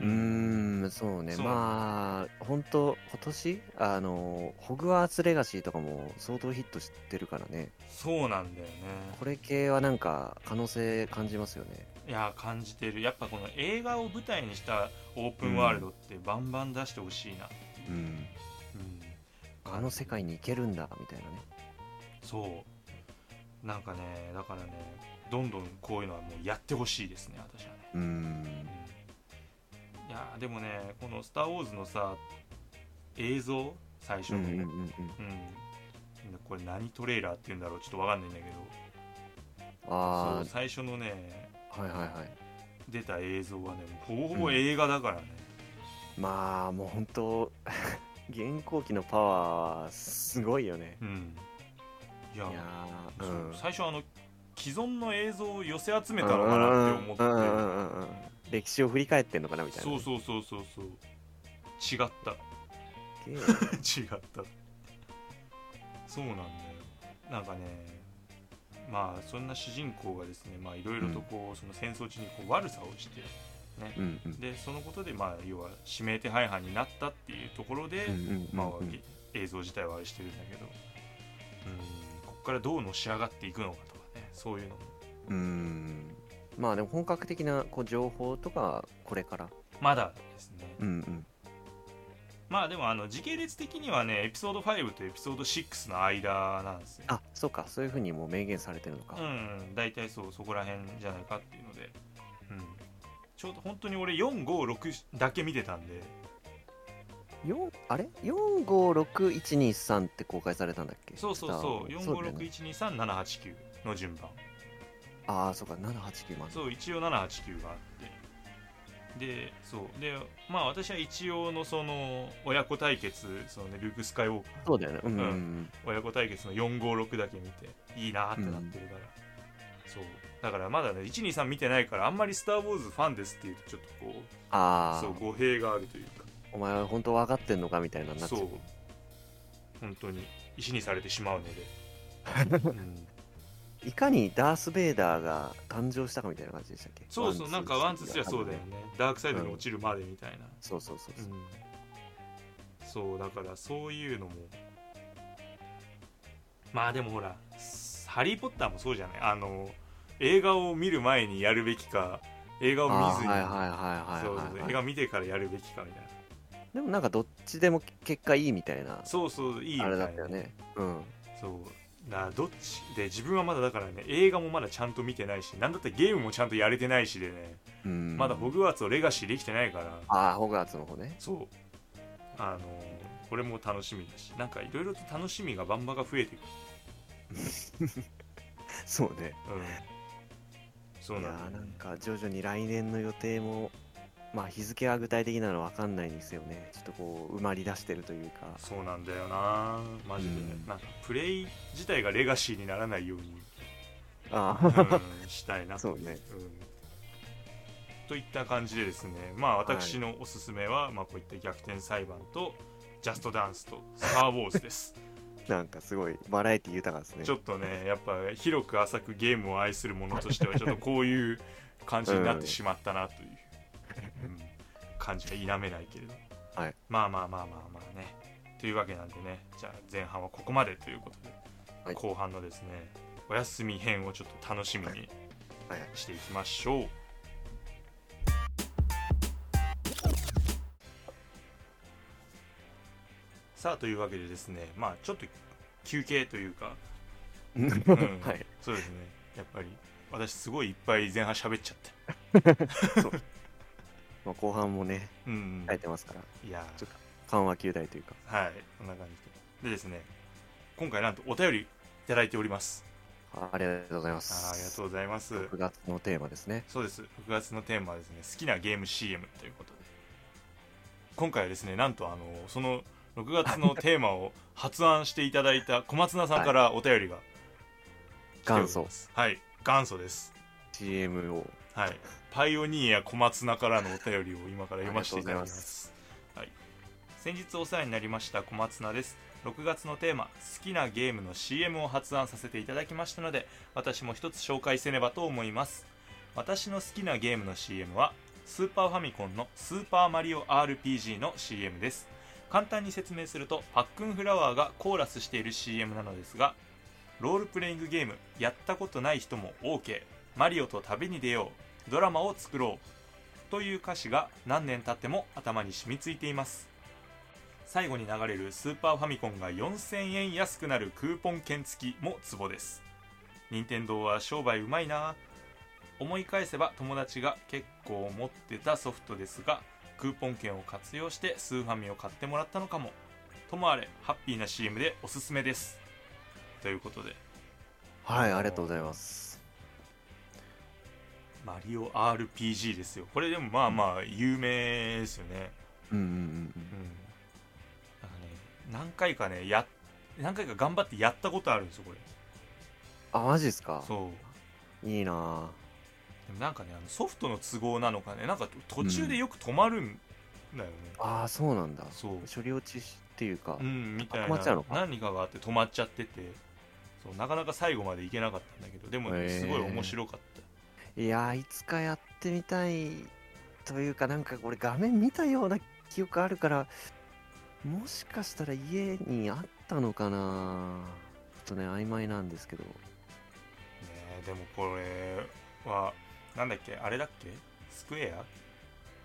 Speaker 3: うんうーんそうね
Speaker 2: そう
Speaker 3: まあ本当今年あのホグワーツレガシーとかも相当ヒットしてるからね
Speaker 2: そうなんだよね
Speaker 3: これ系はなんか可能性感じますよね
Speaker 2: いやー感じてるやっぱこの映画を舞台にしたオープンワールドってバンバン出してほしいな、
Speaker 3: うんあの世界に行けるんだみたいなね
Speaker 2: そうなんかねだからねどんどんこういうのはもうやってほしいですね私はね、
Speaker 3: うん
Speaker 2: うんいやーでもねこの「スター・ウォーズ」のさ映像最初
Speaker 3: うんう
Speaker 2: の、
Speaker 3: んうん
Speaker 2: うん
Speaker 3: うん
Speaker 2: これ何トレーラーっていうんだろうちょっとわかんないんだけどそ
Speaker 3: あ
Speaker 2: う最初のね
Speaker 3: あはいはいはい
Speaker 2: 出た映像はねほぼほぼ映画だからね、
Speaker 3: まあもう本当現行機のパワーはすごいよね
Speaker 2: うん、い
Speaker 3: い
Speaker 2: や
Speaker 3: やー
Speaker 2: そう
Speaker 3: うん
Speaker 2: 最初あの既存の映像を寄せ集めたのかなって思って、
Speaker 3: うんうんうんうんうんうん歴史を振り返ってんのかなみたいな
Speaker 2: そうそうそうそうそう違った
Speaker 3: すっげえ
Speaker 2: 違ったそうなんだよなんかねまあそんな主人公がですねまあいろいろとこう、その戦争中にこう悪さをして
Speaker 3: うんうん
Speaker 2: でそのことでまあ要は指名手配犯になったっていうところで、
Speaker 3: うんうん
Speaker 2: まあ
Speaker 3: うんうん
Speaker 2: 映像自体はあれしてるんだけどうんここからどうのし上がっていくのかとかねそういうのも
Speaker 3: うーんまあでも本格的なこう情報とかはこれから
Speaker 2: まだですね
Speaker 3: うんうん
Speaker 2: まあでもあの時系列的にはねエピソード5とエピソード6の間なんですよ
Speaker 3: あそうかそういうふうにもう明言されてるのか、
Speaker 2: うんうん大体そうそこら辺じゃないかっていうので、うん、ちょうど本当に俺456だけ見てたんで
Speaker 3: 四あれ456123って公開されたんだっけ
Speaker 2: そうそうそう
Speaker 3: あそうだよね
Speaker 2: 456123789の順番
Speaker 3: ああそうか789万
Speaker 2: そう一応789があってでそうでまあ私は一応のその親子対決そのねルーク・スカイウォーカー
Speaker 3: そうだよねうん、うんう、
Speaker 2: うん親子対決の456だけ見ていいなーってなってるから、そうだからまだね123見てないからあんまり「スター・ウォーズ」ファンですっていうとちょっとこう
Speaker 3: あ
Speaker 2: そう
Speaker 3: あ
Speaker 2: 語弊があるというか
Speaker 3: お前は本当分かってんのかみたいなのになっちゃ
Speaker 2: そうう本当に石にされてしまう ので、うん
Speaker 3: いかにダース・ベイダーが誕生したかみたいな感じでしたっけ
Speaker 2: そうそうなんかワンツースリーはそうだよねダークサイドに
Speaker 3: うん
Speaker 2: 落ちるまでみたいな、
Speaker 3: そうそうそうそう、
Speaker 2: そうだからそういうのもまあでもほら「ハリー・ポッター」もそうじゃないあの映画を見る前にやるべきか映画を見
Speaker 3: あ
Speaker 2: ず
Speaker 3: ー
Speaker 2: に、
Speaker 3: はいはいはい
Speaker 2: そう
Speaker 3: はい
Speaker 2: そう
Speaker 3: はい、
Speaker 2: 映画見てからやるべきかみたいな
Speaker 3: でもなんかどっちでも結果いいみたいな
Speaker 2: そうそういいみた
Speaker 3: あ
Speaker 2: い
Speaker 3: れ
Speaker 2: な
Speaker 3: だったよねうん
Speaker 2: そうだからどっちで自分はまだだからね映画もまだちゃんと見てないしなんだったらゲームもちゃんとやれてないしでね、
Speaker 3: うん
Speaker 2: まだホグワーツをレガシーできてないから
Speaker 3: ああホグワーツの方ね
Speaker 2: そうあのこれも楽しみだしなんかいろいろと楽しみがバンバが増えていく
Speaker 3: そうね
Speaker 2: うんそう
Speaker 3: いや
Speaker 2: なんだよ
Speaker 3: ー
Speaker 2: ね
Speaker 3: なんか徐々に来年の予定もまあ日付は具体的なの分かんないんですよねちょっとこう埋まり出してるというか
Speaker 2: そうなんだよなマジで、
Speaker 3: うん
Speaker 2: なんかプレイ自体がレガシーにならないよう に、
Speaker 3: あ
Speaker 2: う
Speaker 3: あ
Speaker 2: んしたいな
Speaker 3: そうね
Speaker 2: うんといった感じでですねまあ私のおすすめは、まあ、こういった逆転裁判とジャストダンスとスター・ウォーズです、
Speaker 3: なんかすごいバラエティ豊かですね
Speaker 2: ちょっとねやっぱ広く浅くゲームを愛する者として はちょっとこういう感じになってしまったなという、うん感じが否めないけれど、
Speaker 3: はい
Speaker 2: まあまあまあまあまあねというわけなんでねじゃあ前半はここまでということで、
Speaker 3: はい
Speaker 2: 後半のですねお休み編をちょっと楽しみに
Speaker 3: はいはい
Speaker 2: していきましょう、さあというわけでですねまあちょっと休憩というか
Speaker 3: うん
Speaker 2: ん
Speaker 3: はい
Speaker 2: そうですねやっぱり私すごいいっぱい前半喋っちゃった
Speaker 3: まあ後半もね
Speaker 2: うん、
Speaker 3: 書いてますから
Speaker 2: いやー
Speaker 3: ちょっ緩和球大というか
Speaker 2: はいこんな感じででですね今回なんとお便りいただいております
Speaker 3: あありがとうございま
Speaker 2: あーありが
Speaker 3: す
Speaker 2: とうございます
Speaker 3: 6月のテーマですね
Speaker 2: そうです6月のテーマはですね好きなゲーム CM ということで今回はですねなんとあのその6月のテーマを発案していただいた小松菜さんからお便りが来ております
Speaker 3: 元祖
Speaker 2: はい元祖です
Speaker 3: CM を
Speaker 2: はい、パイオニア小松菜からのお便りを今から読ませていただきますはい、先日お世話になりました小松菜です6月のテーマ「好きなゲーム」の CM を発案させていただきましたので私も一つ紹介せねばと思います私の好きなゲームの CM はスーパーファミコンの「スーパーマリオ RPG」の CM です簡単に説明するとパックンフラワーがコーラスしている CM なのですがロールプレイングゲームやったことない人も OK マリオと旅に出ようドラマを作ろうという歌詞が何年経っても頭に染みついています最後に流れるスーパーファミコンが4000円安くなるクーポン券付きもツボです任天堂は商売うまいな思い返せば友達が結構持ってたソフトですがクーポン券を活用してスーファミを買ってもらったのかもともあれハッピーな CM でおすすめですということで
Speaker 3: はいありがとうございます
Speaker 2: マリオ RPG ですよこれでもまあまあ有名ですよね
Speaker 3: うんうんうんう
Speaker 2: うんんなんかね何回かねや何回か頑張ってやったことあるんですよこれ
Speaker 3: あマジですか
Speaker 2: そう
Speaker 3: いいなあ
Speaker 2: でもなんかねあのソフトの都合なのかねなんか途中でよく止まるんだよね、
Speaker 3: ああそうなんだ
Speaker 2: そう
Speaker 3: 処理落ちっていうか
Speaker 2: うんみたい
Speaker 3: 止ま
Speaker 2: な
Speaker 3: っちゃうのか
Speaker 2: 何かがあって止まっちゃっててそうなかなか最後までいけなかったんだけどでも
Speaker 3: へ
Speaker 2: ね
Speaker 3: ー
Speaker 2: すごい面白かった
Speaker 3: いやーいつかやってみたいというかなんかこれ画面見たような記憶あるからもしかしたら家にあったのかなちょっとね曖昧なんですけど
Speaker 2: ねえでもこれはなんだっけあれだっけスクエア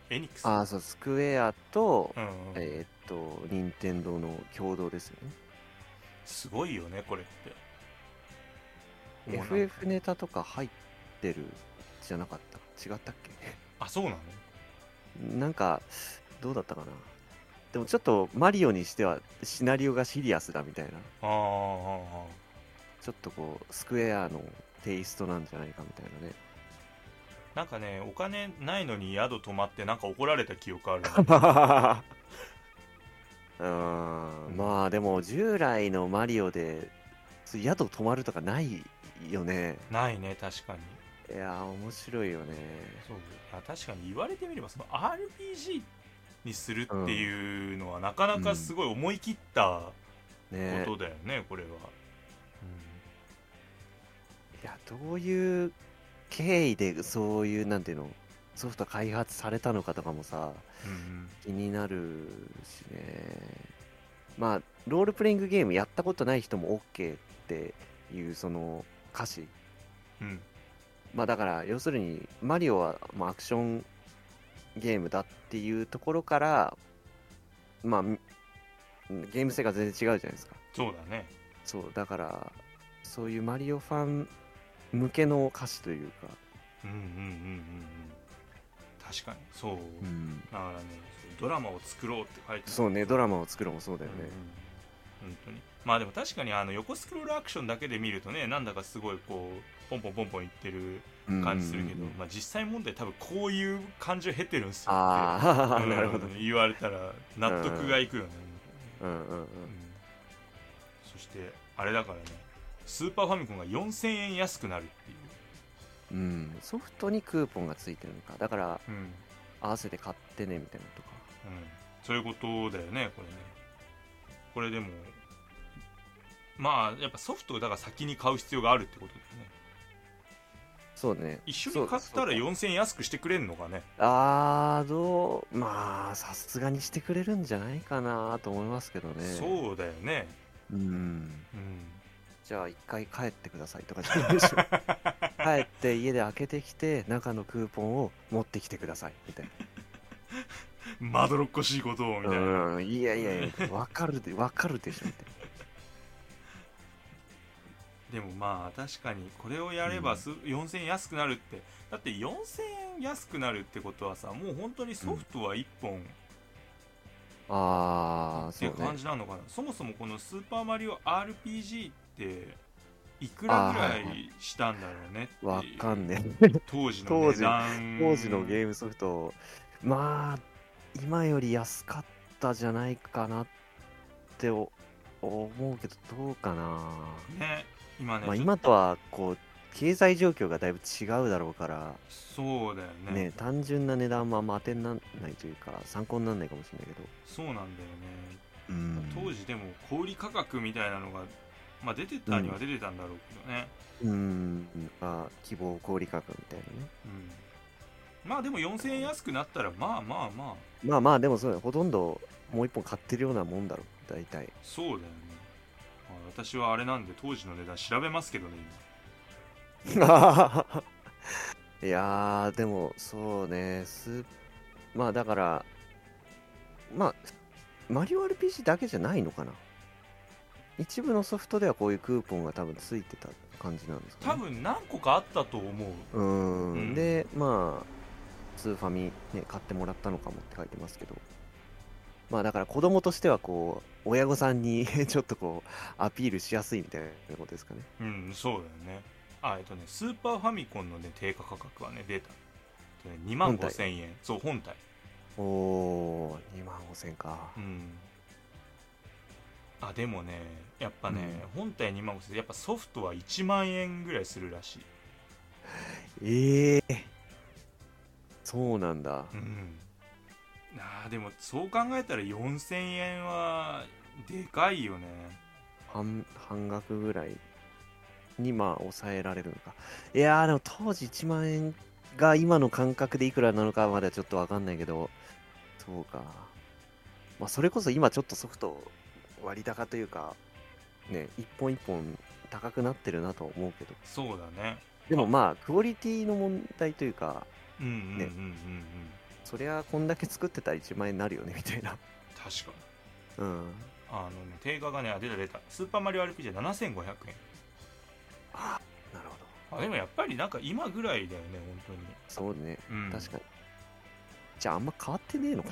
Speaker 2: エニックス
Speaker 3: ああ、そう、スクエアと、
Speaker 2: うんうん
Speaker 3: えーっと、任天堂の共同ですよ
Speaker 2: すごいよねこれって
Speaker 3: ね。
Speaker 2: もうなんか
Speaker 3: FF ネタとか入ってるじゃなかった違ったっけ
Speaker 2: あそうなの
Speaker 3: なんか、どうだったかなでもちょっとマリオにしてはシナリオがシリアスだみたいな。
Speaker 2: あーあーあー
Speaker 3: ちょっとこう、スクエアのテイストなんじゃないかみたいなね。
Speaker 2: なんかねお金ないのに宿泊まってなんか怒られた記憶ある
Speaker 3: うーん、まあでも従来のマリオでそう宿泊まるとかないよね。
Speaker 2: ないね確かに
Speaker 3: いやー、面白いよね。
Speaker 2: そうあ確かに言われてみればその RPG にするっていうのは、なかなかすごい思い切ったこ
Speaker 3: ね
Speaker 2: とだよね、これは、
Speaker 3: いや、どういう経緯でそういう、なんていうの、ソフト開発されたのかとかもさ、
Speaker 2: うんうん
Speaker 3: 気になるしね。まあ、ロールプレイングゲームやったことない人も OK っていう、その歌詞。
Speaker 2: うんうん
Speaker 3: まあだから要するにマリオはまあアクションゲームだっていうところからまあみゲーム性が全然違うじゃないですか
Speaker 2: そうだね
Speaker 3: そうだからそういうマリオファン向けの歌詞というか、
Speaker 2: うんうんうんうんうん確かにそう、だからねドラマを作ろうって書いてある
Speaker 3: そうねドラマを作るのもそうだよね、
Speaker 2: うん本当にまあでも確かにあの横スクロールアクションだけで見るとねなんだかすごいこうポンポンポンポンいってる感じするけど、
Speaker 3: うんうんうん
Speaker 2: まあ、実際問題多分こういう感情経てるんですよって
Speaker 3: ああ、
Speaker 2: うん
Speaker 3: なるほど、
Speaker 2: 言われたら納得がいくよね、
Speaker 3: うんうんうん、
Speaker 2: うんそしてあれだからねスーパーファミコンが4000円安くなるっていう
Speaker 3: うん、ソフトにクーポンがついてるのかだから
Speaker 2: うん、うん、
Speaker 3: 合わせて買ってねみたいなのとか
Speaker 2: そういうことだよねこれねこれでもまあやっぱソフトをだから先に買う必要があるってことだよね
Speaker 3: そうね
Speaker 2: 一緒に買っ
Speaker 3: そう
Speaker 2: た
Speaker 3: そ
Speaker 2: ら
Speaker 3: う
Speaker 2: 4000円安くしてくれんのかね
Speaker 3: あーどうまあさすがにしてくれるんじゃないかなと思いますけどね
Speaker 2: そうだよね
Speaker 3: うん
Speaker 2: うん
Speaker 3: じゃあ一回帰ってくださいとかじゃないでし ょ帰って家で開けてきて中のクーポンを持ってきてくださいみたい
Speaker 2: まどろっこしいことをみ
Speaker 3: な
Speaker 2: たいな、
Speaker 3: うんいやいやいやわかるでわかるでしょみたい
Speaker 2: でもまあ確かにこれをやればす、4000円安くなるってだって4000円安くなるってことはさもう本当にソフトは1本
Speaker 3: なああ
Speaker 2: っ
Speaker 3: そ
Speaker 2: て
Speaker 3: う
Speaker 2: いう
Speaker 3: ね
Speaker 2: 感じなのかな、そもそもこの「スーパーマリオ RPG」っていくらぐら
Speaker 3: あーはいはい
Speaker 2: したんだろうねっていう
Speaker 3: わかんね
Speaker 2: 当時の
Speaker 3: 当
Speaker 2: 値
Speaker 3: 時
Speaker 2: 段
Speaker 3: え当時の
Speaker 2: ー
Speaker 3: ゲームソフトまあ今より安かったじゃないかなってお思うけどどうかな
Speaker 2: ムね今ね、
Speaker 3: まあ、
Speaker 2: ちょ
Speaker 3: 今とはこう経済状況がだいぶ違うだろうから、
Speaker 2: そうだよね
Speaker 3: ね、単純な値段はあんま当てにならないというか参考にならないかもしれないけど、
Speaker 2: そうなんだよね当時でも小売価格みたいなのが、まあ、出てたには出てたんだろうけどね、
Speaker 3: うんあ希望小売価格みたいなね
Speaker 2: うんまあでも4000円安くなったらまあまあまあ
Speaker 3: まあまあでもそうだよほとんどもう一本買ってるようなもんだろう大体
Speaker 2: そうだよね、まあ私はあれなんで当時の値段調べますけどね
Speaker 3: いやー、でも、そうね、す、まあだから、まあ、マリオ RPG だけじゃないのかな。一部のソフトではこういうクーポンが多分ついてた感じなんです
Speaker 2: 今
Speaker 3: か
Speaker 2: 多
Speaker 3: ね。
Speaker 2: 分何個かあったと思う
Speaker 3: 多分うー
Speaker 2: うん
Speaker 3: ん。で、まあ、スーファミ、ね、買ってもらったのかもって書いてますけど。まあだから子供としてはこう、親御さんに ちょっとこう、アピールしやすいみたいなことですかね。
Speaker 2: うんそうだよねあえっとねスーパーファミコンのね定価価格はね出た2万5000円そう本体
Speaker 3: おー、2万5000か。
Speaker 2: うんあでもねやっぱね、本体2万5000円やっぱソフトは1万円ぐらいするらしい
Speaker 3: ええそうなんだ。
Speaker 2: うんあーでもそう考えたら4000円はでかいよね
Speaker 3: 半半額ぐらいにまあ抑えられるのか。いやーでも当時1万円が今の感覚でいくらなのかまだちょっとわかんないけど、そうか。まあそれこそ今ちょっとソフト割高というか、ね、一本一本高くなってるなとは思うけど。
Speaker 2: そうだね
Speaker 3: でもまあ、クオリティの問題というか、
Speaker 2: うんうんうんうんうん、
Speaker 3: ねそりゃこんだけ作ってたら1万円になるよねみたいな。
Speaker 2: 確かに
Speaker 3: うん。
Speaker 2: あのね定価がねあ出た出たスーパーマリオ RPG7500 円
Speaker 3: なるほど。
Speaker 2: あでもやっぱりなんか今ぐらいだよね本
Speaker 3: そうね。
Speaker 2: 当に、うん、
Speaker 3: 確かに。じゃああんま変わってねえのか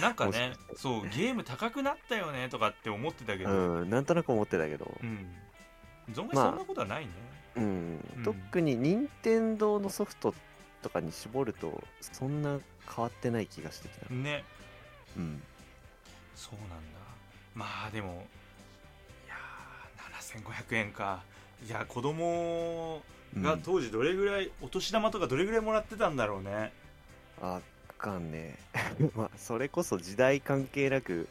Speaker 2: なんか
Speaker 3: もし
Speaker 2: ね
Speaker 3: かして
Speaker 2: そうゲーム高くなったよねとかって思ってたけど、
Speaker 3: な。うん。なんとなく思ってたけど。
Speaker 2: うん存外
Speaker 3: まあ
Speaker 2: そんなことはないね、
Speaker 3: うん
Speaker 2: うん。
Speaker 3: 特に任天堂のソフトとかに絞ると、そんな変わってない気がしてきた。
Speaker 2: ね
Speaker 3: うん。
Speaker 2: そうなんだまあでもいやー7500円かいや子供
Speaker 3: うん
Speaker 2: が当時どれぐらい、お年玉とかどれぐらいもらってたんだろうね
Speaker 3: あかんね まあそれこそ時代関係なく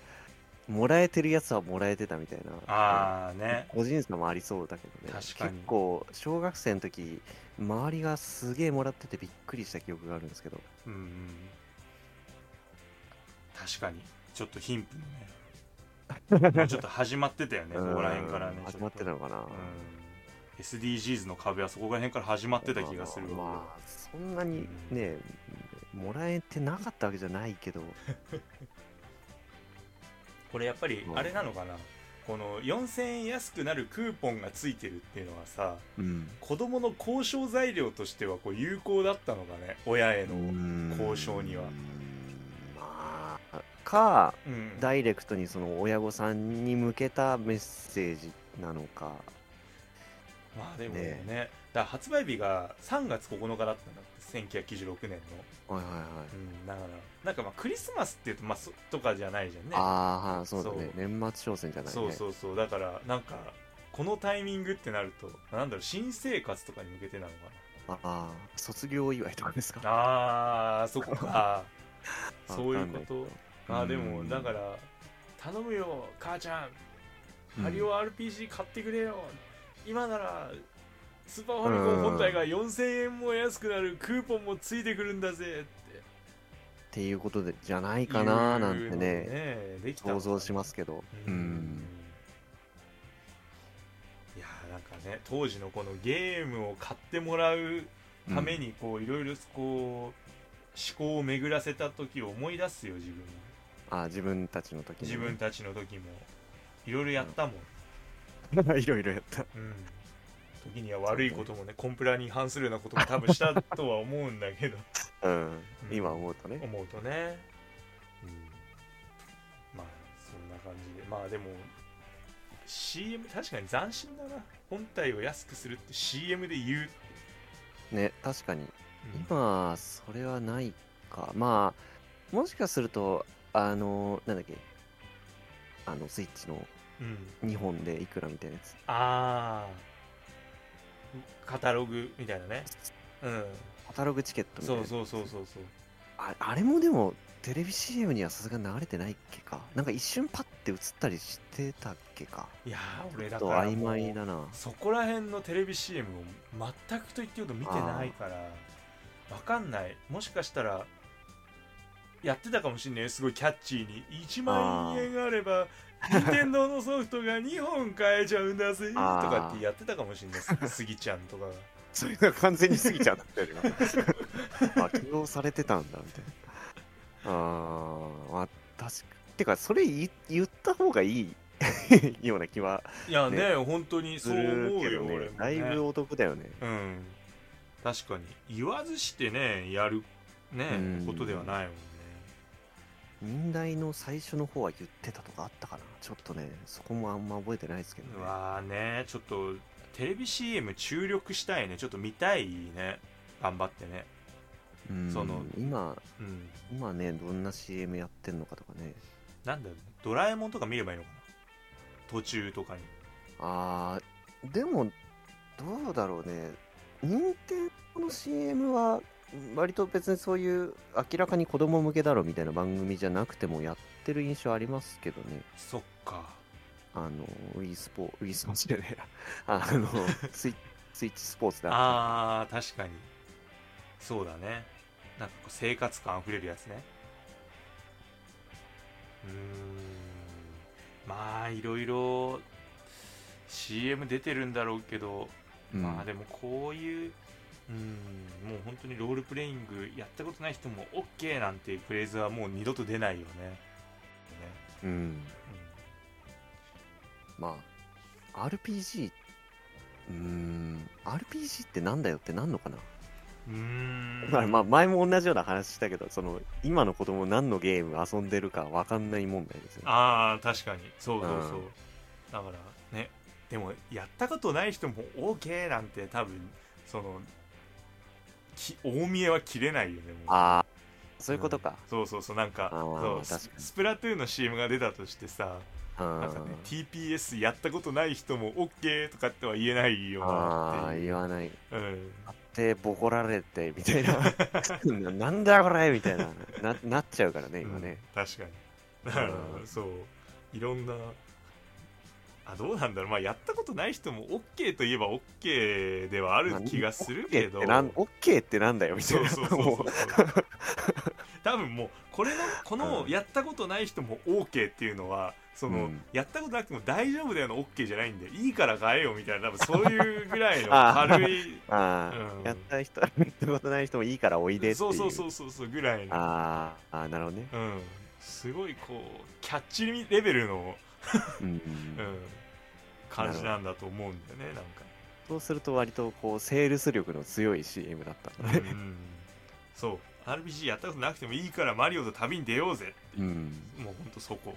Speaker 3: もらえてるやつはもらえてたみたいな
Speaker 2: ああね
Speaker 3: 個人差もありそうだけどね
Speaker 2: 確かに
Speaker 3: 結構小学生の時周りがすげえもらっててびっくりした記憶があるんですけど
Speaker 2: うんうん確かにちょっと貧富の ねもうちょっと始まってたよねそこら辺からね
Speaker 3: うん始まってた
Speaker 2: ちょ
Speaker 3: のかな
Speaker 2: とうん SDGs の壁はそこら辺から始まってた気がする
Speaker 3: まあ
Speaker 2: わ
Speaker 3: まあそんなにねもらえてなかったわけじゃないけど
Speaker 2: これやっぱり
Speaker 3: うん
Speaker 2: あれなのかなこの4000円安くなるクーポンがついてるっていうのはさ
Speaker 3: うん
Speaker 2: 子供の交渉材料としてはこう有効だったのかね親への交渉には
Speaker 3: まあか
Speaker 2: うん
Speaker 3: ダイレクトにその親御さんに向けたメッセージなのか、
Speaker 2: まあでもね
Speaker 3: ね
Speaker 2: だから発売日が3月9日だったんだって1996年の
Speaker 3: はいはいはい
Speaker 2: うんだからなんかまあクリスマスっていうとまあそとかじゃないじゃんね
Speaker 3: ああそうだ
Speaker 2: そう
Speaker 3: ね年末商戦じゃないね
Speaker 2: そうそうそうだからなんかこのタイミングってなるとなんだろう新生活とかに向けてなのか
Speaker 3: ああ卒業祝いとかですか
Speaker 2: なあーそこか
Speaker 3: わ
Speaker 2: そうい
Speaker 3: か
Speaker 2: うんこ
Speaker 3: ないけ
Speaker 2: と
Speaker 3: ど
Speaker 2: あー
Speaker 3: うん
Speaker 2: でもだから頼むよ母ちゃんハリオ RPG 買ってくれよ、今ならスーパーファミコン本体が4000円も安くなるクーポンもついてくるんだぜって
Speaker 3: っていうことでじゃないかななんて
Speaker 2: いうの
Speaker 3: ね
Speaker 2: もできたの
Speaker 3: 想
Speaker 2: か
Speaker 3: 像しますけどうん
Speaker 2: いやーなんかね当時のこのゲームを買ってもらうためにこういろいろこう思考を巡らせた時を思い出すよ自分も
Speaker 3: あー自分たちの時に
Speaker 2: 自分たちの時もいろいろやったもん、
Speaker 3: 分 いろいろやった
Speaker 2: うん、時には悪いこともねコンプラに反するようなことも多分したとは思うんだけど
Speaker 3: うん今思うとね
Speaker 2: 思うとね、うん、まあそんな感じでまあでも CM 確かに斬新だな本体を安くするって CM で言う、
Speaker 3: ね確かに
Speaker 2: うん
Speaker 3: 今それはないかまあもしかするとあのなんだっけあのスイッチの
Speaker 2: うん
Speaker 3: 2本でいくらみたいなやつ
Speaker 2: ああカタログみたいなねうん
Speaker 3: カタログチケットみた
Speaker 2: そ
Speaker 3: いな
Speaker 2: うそうそうそうそう
Speaker 3: ああれもでもテレビ CM にはさすがに流れてないっけかなんか一瞬パッて映ったりしてたっけか
Speaker 2: いやー俺だ
Speaker 3: ちょ
Speaker 2: か
Speaker 3: っと
Speaker 2: らも
Speaker 3: 曖
Speaker 2: う
Speaker 3: 昧だな
Speaker 2: そこら辺のテレビ CM を全くと言っていいほど見てないからわかんないもしかしたらやってたかもしんないすごいキャッチーに1万円あれば任天堂のソフトが2本買えちゃうん だぜと
Speaker 3: あー
Speaker 2: かってやってたかもしんないすぎちゃんとかが
Speaker 3: それが完全に過ぎちゃったよ今悪用されてたんだみたいなあーまあ確かてかそれ言い言った方がいいような気はい
Speaker 2: やね
Speaker 3: ね
Speaker 2: 本当に
Speaker 3: す
Speaker 2: そう思
Speaker 3: る
Speaker 2: う
Speaker 3: け
Speaker 2: よ、
Speaker 3: ど
Speaker 2: 俺
Speaker 3: ね
Speaker 2: も
Speaker 3: だい
Speaker 2: ね
Speaker 3: ぶお得だよね
Speaker 2: うん確かに言わずしてねやるね
Speaker 3: うん
Speaker 2: ことではないもんね
Speaker 3: 忍耐の最初の方は言ってたとかあったかなちょっとねそこもあんま覚えてないですけどね
Speaker 2: うわーねちょっとテレビ CM 注力したいねちょっと見たいね頑張ってね
Speaker 3: うん
Speaker 2: その
Speaker 3: 今
Speaker 2: うん
Speaker 3: 今ねどんな CM やってんのかとかね
Speaker 2: なんだろうねドラえもんとか見ればいいのかな途中とかに
Speaker 3: あーでもどうだろうね任天堂の CM は割と別にそういう明らかに子供向けだろみたいな番組じゃなくてもやってる印象ありますけどね
Speaker 2: そっか
Speaker 3: あの e スポウィスポーツじゃねえやあのスイスイッチスポーツだ
Speaker 2: あー確かにそうだねなんかこう生活感あふれるやつねうーんまあいろいろ CM 出てるんだろうけど
Speaker 3: うん
Speaker 2: まあでもこういう、うん、もう本当にロールプレイングやったことない人も OK なんていうフレーズはもう二度と出ないよね。ね
Speaker 3: うん、
Speaker 2: う
Speaker 3: まあ RPG うーん RPG ってなんだよってなんのかな、
Speaker 2: んうーん
Speaker 3: まあまあ前も同じような話したけどその今の子供何のゲーム遊んでるか分かんない問題ですよね
Speaker 2: ああ確かにそうそうそう、
Speaker 3: うん
Speaker 2: だからねでもやったことない人も OK なんて多分そのき大見えは切れないよねもう
Speaker 3: ああそういうことか、
Speaker 2: そうそうそうなんか
Speaker 3: あー
Speaker 2: そう
Speaker 3: 確かに
Speaker 2: ススプラトゥーンの CM が出たとしてさ
Speaker 3: うん
Speaker 2: なんか、ね、TPS やったことない人も OK とかっては言えないよな
Speaker 3: あ
Speaker 2: っ
Speaker 3: あ
Speaker 2: ていう、
Speaker 3: 言わない
Speaker 2: うん、
Speaker 3: でボコられてみたい ななんだこれみたいなななっちゃうからね今ね、
Speaker 2: うん確かにだから
Speaker 3: う ん
Speaker 2: そういろんなあどうなんだろうまあやったことない人も OK といえば OK ではある気がするけど
Speaker 3: オッケーってなんオッケーってなんだよみたい
Speaker 2: そうそう
Speaker 3: な
Speaker 2: そうそう
Speaker 3: もう
Speaker 2: 多分もうこれのこの
Speaker 3: うん
Speaker 2: やったことない人も OK っていうのはその、
Speaker 3: うん
Speaker 2: やったことなくても大丈夫だよの OK じゃないんでいいから買えよみたいな多分そういうぐらいの軽い
Speaker 3: ああ、
Speaker 2: うん
Speaker 3: やった人やったことない人もいいからおいでってい
Speaker 2: そう
Speaker 3: う
Speaker 2: そうそうそうそうぐらいの
Speaker 3: あーあーなるほどね、
Speaker 2: うん、すごいこうキャッチレベルの、
Speaker 3: うんうん
Speaker 2: うん感じなんだと思うんだよね
Speaker 3: そうすると割とこうセールス力の強い CM だった
Speaker 2: なんか、うん、そう RPG やったことなくてもいいからマリオと旅に出ようぜ
Speaker 3: うん
Speaker 2: もうほんとそ こ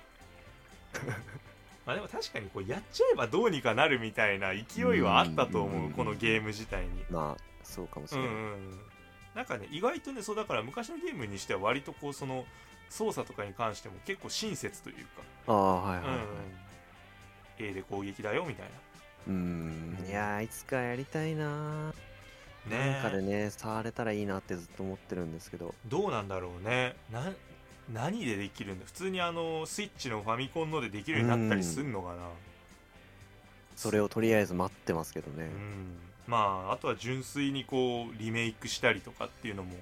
Speaker 2: まあでも確かにこうやっちゃえばどうにかなるみたいな勢いはあったと思
Speaker 3: う
Speaker 2: うんこのゲーム自体に
Speaker 3: まあそうかもし
Speaker 2: う
Speaker 3: れ
Speaker 2: ん
Speaker 3: ない、
Speaker 2: うんなんかね意外とねそうだから昔のゲームにしては割とこうその操作とかに関しても結構親切というか
Speaker 3: ああはいはい、はい
Speaker 2: A で攻撃だよみたい
Speaker 3: うんいやーいつかやりたいなー
Speaker 2: なね
Speaker 3: なんかでね触れたらいいなってずっと思ってるんですけど
Speaker 2: どうなんだろうねな何でできるんだ普通にあのスイッチのファミコンのでできるようになったりすんのかな
Speaker 3: それをとりあえず待ってますけどね
Speaker 2: うん、まああとは純粋にこうリメイクしたりとかっていうのも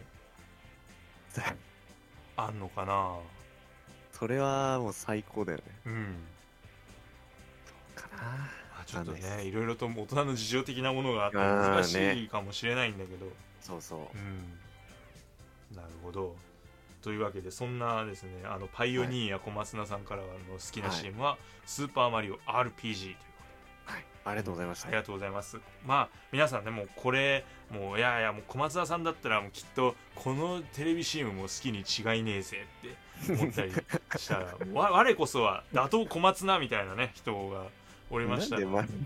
Speaker 2: あんのかな
Speaker 3: それはもう最高だよね
Speaker 2: うん
Speaker 3: かな
Speaker 2: あちょっと
Speaker 3: わかんない
Speaker 2: ね
Speaker 3: で
Speaker 2: いろいろと大人の事情的なものがあって
Speaker 3: あー
Speaker 2: 難しい
Speaker 3: ね
Speaker 2: かもしれないんだけど、
Speaker 3: そうそう
Speaker 2: うん、なるほどというわけでそんなですねあのパイオニーや小松菜さんからはあの好きな
Speaker 3: はい
Speaker 2: CM は「スーパーマリオ RPG」という
Speaker 3: はいありがとうございま
Speaker 2: あ
Speaker 3: した
Speaker 2: りがとうございますまあ皆さんねもうこれもういやいやもう小松菜さんだったらもうきっとこのテレビ CM も好きに違いねえぜって思ったりした らもうわ我こそは打倒小松菜みたいなね人がおりました
Speaker 3: なんで
Speaker 2: ら
Speaker 3: 毎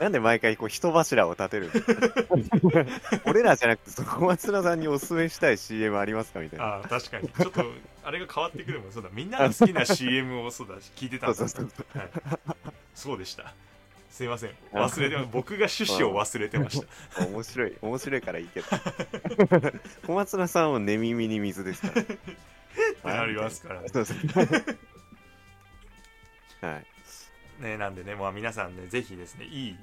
Speaker 3: なんで毎回こう人柱を立てるの 俺らじゃなくてそこ松田さんにおすすめしたい CM ありますかみたいな。
Speaker 2: ああ確かにちょっとあれが変わってくるもんそうだみんなが好きな CM をそうだ聞いてたん
Speaker 3: そう
Speaker 2: だ
Speaker 3: そうそう。
Speaker 2: はい、そうでした。すいません。忘れてま僕が趣旨を忘れてま した。
Speaker 3: 面白い。面白いからいい けど。小松田さんは寝耳に水ですから。って
Speaker 2: なりますからね
Speaker 3: そうそう。 はい。
Speaker 2: ね、なんでね、まあ、皆さんね、ぜひですね、いい、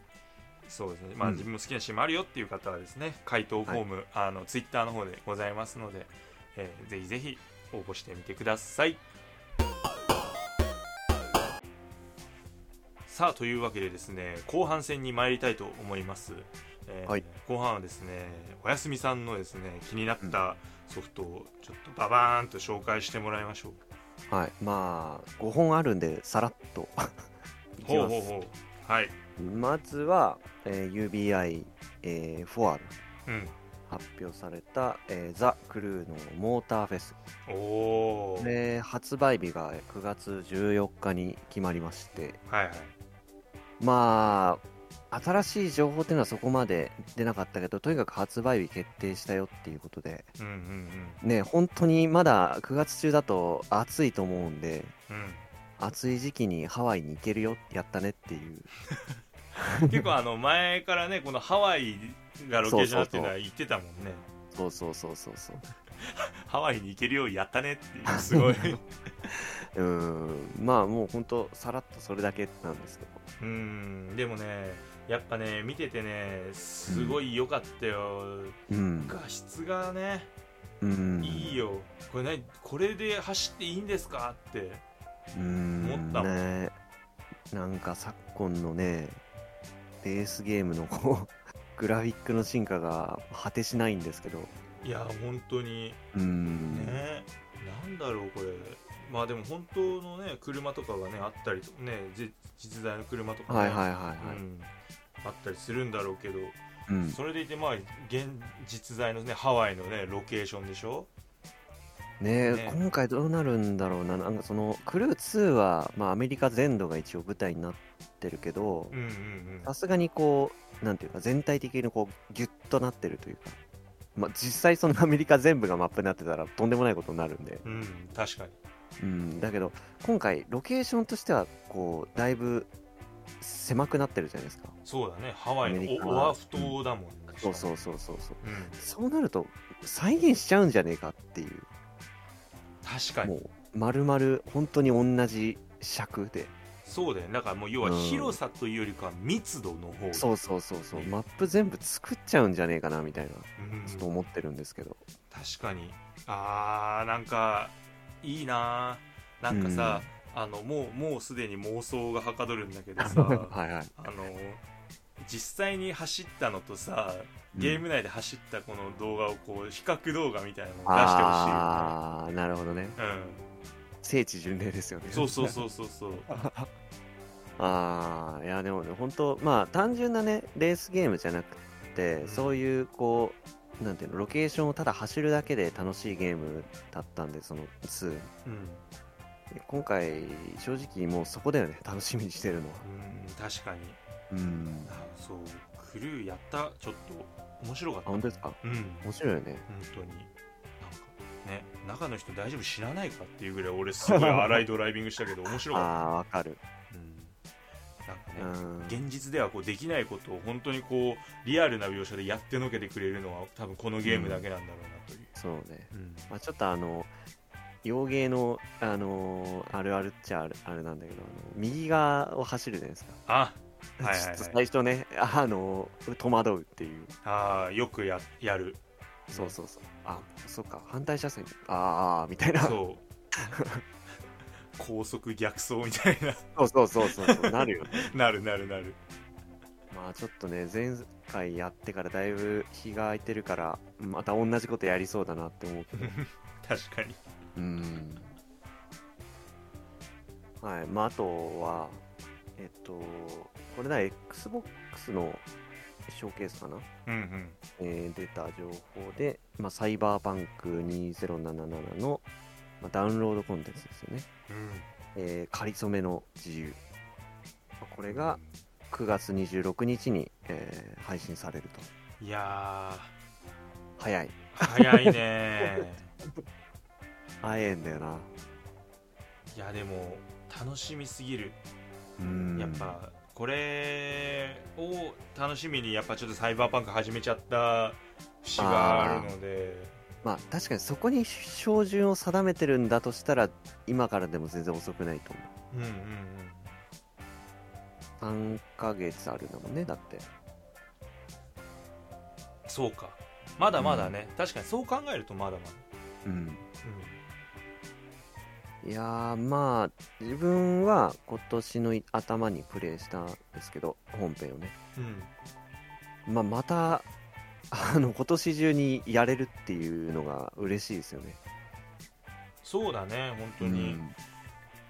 Speaker 2: そうですね、まあ、
Speaker 3: うん
Speaker 2: 自分も好きなシーンもあるよっていう方はですね、回答フォーム、あの、ツイッターの方でございますので、えーぜひぜひ応募してみてください。さあ、というわけでですね、後半戦に参りたいと思います。えー
Speaker 3: はい
Speaker 2: 後半はですね、おやすみさんのですね、気になったソフトをちょっとババーンと紹介してもらいましょう。
Speaker 3: はい。まあ、5本あるんで、さらっ といき
Speaker 2: ほう
Speaker 3: ま
Speaker 2: ほう
Speaker 3: す。
Speaker 2: ほう。はい。
Speaker 3: まずは、えー UBI、えー、フォアの
Speaker 2: うん。
Speaker 3: 発表された、えーザ・クルーのモーターフェス
Speaker 2: おお。
Speaker 3: で発売日が9月14日に決まりまして
Speaker 2: はいはい。
Speaker 3: まあ新しい情報っていうのはそこまで出なかったけどとにかく発売日決定したよっていうことで
Speaker 2: うんうん
Speaker 3: ね本当にまだ9月中だと暑いと思うんで
Speaker 2: うん。
Speaker 3: 暑い時期にハワイに行けるよやったねっていう
Speaker 2: うん、結構あの前からね、このハワイがロケーションだっていうのは言ってたもんね。
Speaker 3: そうそうそうそうそう
Speaker 2: ハワイに行けるようやったねっていう、す ごい。
Speaker 3: うーんまあもう本当さらっとそれだけなんですけど
Speaker 2: うん、でもね、やっぱね、見ててね、すごい良かったよ。
Speaker 3: うん
Speaker 2: 画質がね、
Speaker 3: うん
Speaker 2: いいよ。これ何これで走っていいんですかって。
Speaker 3: うーん
Speaker 2: 思ったもん
Speaker 3: ねなんか昨今のねベースゲームのこグラフィックの進化が果てしないんですけど、
Speaker 2: いや本当に
Speaker 3: うーん、
Speaker 2: ね、なんだろうこれまあでも本当のね車とかがねあったりとねじ実在の車とかね、
Speaker 3: はいはいはいはい、
Speaker 2: うん、あったりするんだろうけど
Speaker 3: うん、
Speaker 2: それでいてまあ現実在のねハワイのねロケーションでしょ
Speaker 3: ね
Speaker 2: ね
Speaker 3: 今回どうなるんだろうな、なんかそのクルー2は、まあ、アメリカ全土が一応舞台になってるけど
Speaker 2: うん、うんうん
Speaker 3: さすがにこう、なんていうか、全体的にこうギュッとなってるというか、まあ、実際、そのアメリカ全部がマップになってたらとんでもないことになるんで、
Speaker 2: うん確かに
Speaker 3: うん、だけど、今回、ロケーションとしてはこうだいぶ狭くなってるじゃないですか。
Speaker 2: そうだねハワイ
Speaker 3: アメリ
Speaker 2: の
Speaker 3: カ
Speaker 2: オ
Speaker 3: は
Speaker 2: オアフ島だもんね、
Speaker 3: そうそうそうそうそう。
Speaker 2: うん、
Speaker 3: そうなると、再現しちゃうんじゃねえかっていう、
Speaker 2: 確か
Speaker 3: も
Speaker 2: に
Speaker 3: う、丸々本当に同じ尺で。
Speaker 2: そうだよねだからもう要は
Speaker 3: うん
Speaker 2: 広さというよりかは密度の方
Speaker 3: そうそうそうそう、マップ全部作っちゃうんじゃねえかなみたいな、
Speaker 2: うん
Speaker 3: ちょっと思ってるんですけど。
Speaker 2: 確かにあーなんかいいなーなんかさ、あのもうもうすでに妄想がはかどるんだけど さ
Speaker 3: はいはい。
Speaker 2: あの実際に走ったのとさゲーム内で走ったこの動画をこう比較動画みたいなのを出してほしいよね
Speaker 3: ああ、なるほどね。聖地巡礼ですよね。
Speaker 2: うん、そうそうそうそう そう
Speaker 3: ああ、いや、でもね、本当まあ、単純なね、レースゲームじゃなくて、
Speaker 2: うん
Speaker 3: そういう、こう、なんていうの、ロケーションをただ走るだけで楽しいゲームだったんで、その2。
Speaker 2: うん、うん、
Speaker 3: 今回、正直もうそこだよね、楽しみにしてるのは。
Speaker 2: 確かに
Speaker 3: うん
Speaker 2: あ。そうクルーやったちょっと面白かっ
Speaker 3: あ、
Speaker 2: た
Speaker 3: 本当ですか
Speaker 2: うん本
Speaker 3: 面白いよね。
Speaker 2: 当になんかね中の人大丈夫知らないかっていうぐらい俺すごい荒いドライビングしたけど面白
Speaker 3: あ
Speaker 2: かっ
Speaker 3: あ、わかる。
Speaker 2: た、うん、なんかね、
Speaker 3: うん。
Speaker 2: 現実ではこうできないことを本当にこうリアルな描写でやってのけてくれるのは多分このゲームだけなんだろうなという、
Speaker 3: そうね。
Speaker 2: うん
Speaker 3: まあ、ちょっとあの、洋芸の、あのーあるあるっちゃあるあれなんだけど、あの右側を走るじゃないですか。
Speaker 2: あはいはい
Speaker 3: ちょ
Speaker 2: は
Speaker 3: っ
Speaker 2: い
Speaker 3: と最初ね、あのー戸惑うっていう。
Speaker 2: あーよくややる
Speaker 3: そうそうそう。あ、そうか、反対車線。あーあー、みたいな。そう
Speaker 2: そう高速逆走みたいな
Speaker 3: そうそうそうそう、なるよね。
Speaker 2: なるなるなる
Speaker 3: まあちょっとね、前回やってからだいぶ日が空いてるから、また同じことやりそうだなって思うけど。
Speaker 2: 確かに
Speaker 3: うん。はい、まああとは、えっと、これだ、Xbox のショーケースかな、
Speaker 2: うんうん
Speaker 3: えー出た情報で、まあ、サイバーパンク2077の、まあ、ダウンロードコンテンツですよね。
Speaker 2: うん
Speaker 3: えー、仮初めの自由。まあこれが9月26日に、えー配信されると。
Speaker 2: いや
Speaker 3: 早い。
Speaker 2: ー早い ね
Speaker 3: 早えんだよな。
Speaker 2: いやでも楽しみすぎる
Speaker 3: うん
Speaker 2: やっ。ぱこれを楽しみにやっぱちょっとサイバーパンク始めちゃった節があるので
Speaker 3: まあ確かにそこに照準を定めてるんだとしたら、今からでも全然遅くないと思う。
Speaker 2: うんうんうん
Speaker 3: 3ヶ月あるんだもんね、だって。
Speaker 2: そうかまだまだね、確かにそう考えるとまだまだ、
Speaker 3: うん。いやーまあ自分は今年の頭にプレイしたんですけど本編をね、
Speaker 2: うんうん、
Speaker 3: まあ、またあの今年中にやれるっていうのが嬉しいですよね
Speaker 2: そうだね本当に、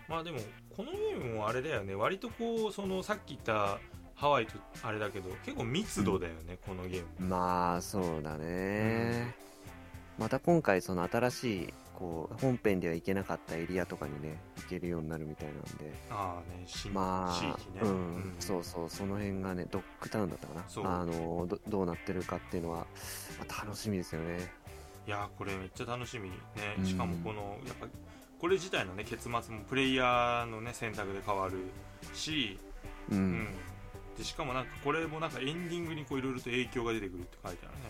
Speaker 2: まあでもこのゲームもあれだよね割とこうそのさっき言ったハワイとあれだけど結構密度だよね、このゲーム
Speaker 3: まあそうだね、また今回その新しいこう本編では行けなかったエリアとかにね行けるようになるみたいなんで
Speaker 2: ああね新、
Speaker 3: まあ
Speaker 2: 地域ね、
Speaker 3: うん
Speaker 2: うん
Speaker 3: そうそうその辺がねドッグタウンだったかな
Speaker 2: そう
Speaker 3: あのどどうなってるかっていうのは、まあ楽しみですよね
Speaker 2: いやーこれめっちゃ楽しみね
Speaker 3: うん
Speaker 2: しかもこのやっぱこれ自体のね結末もプレイヤーのね選択で変わるし、
Speaker 3: う
Speaker 2: うんん、でしかもなんかこれもなんかエンディングにこういろいろと影響が出てくるって書いてあるね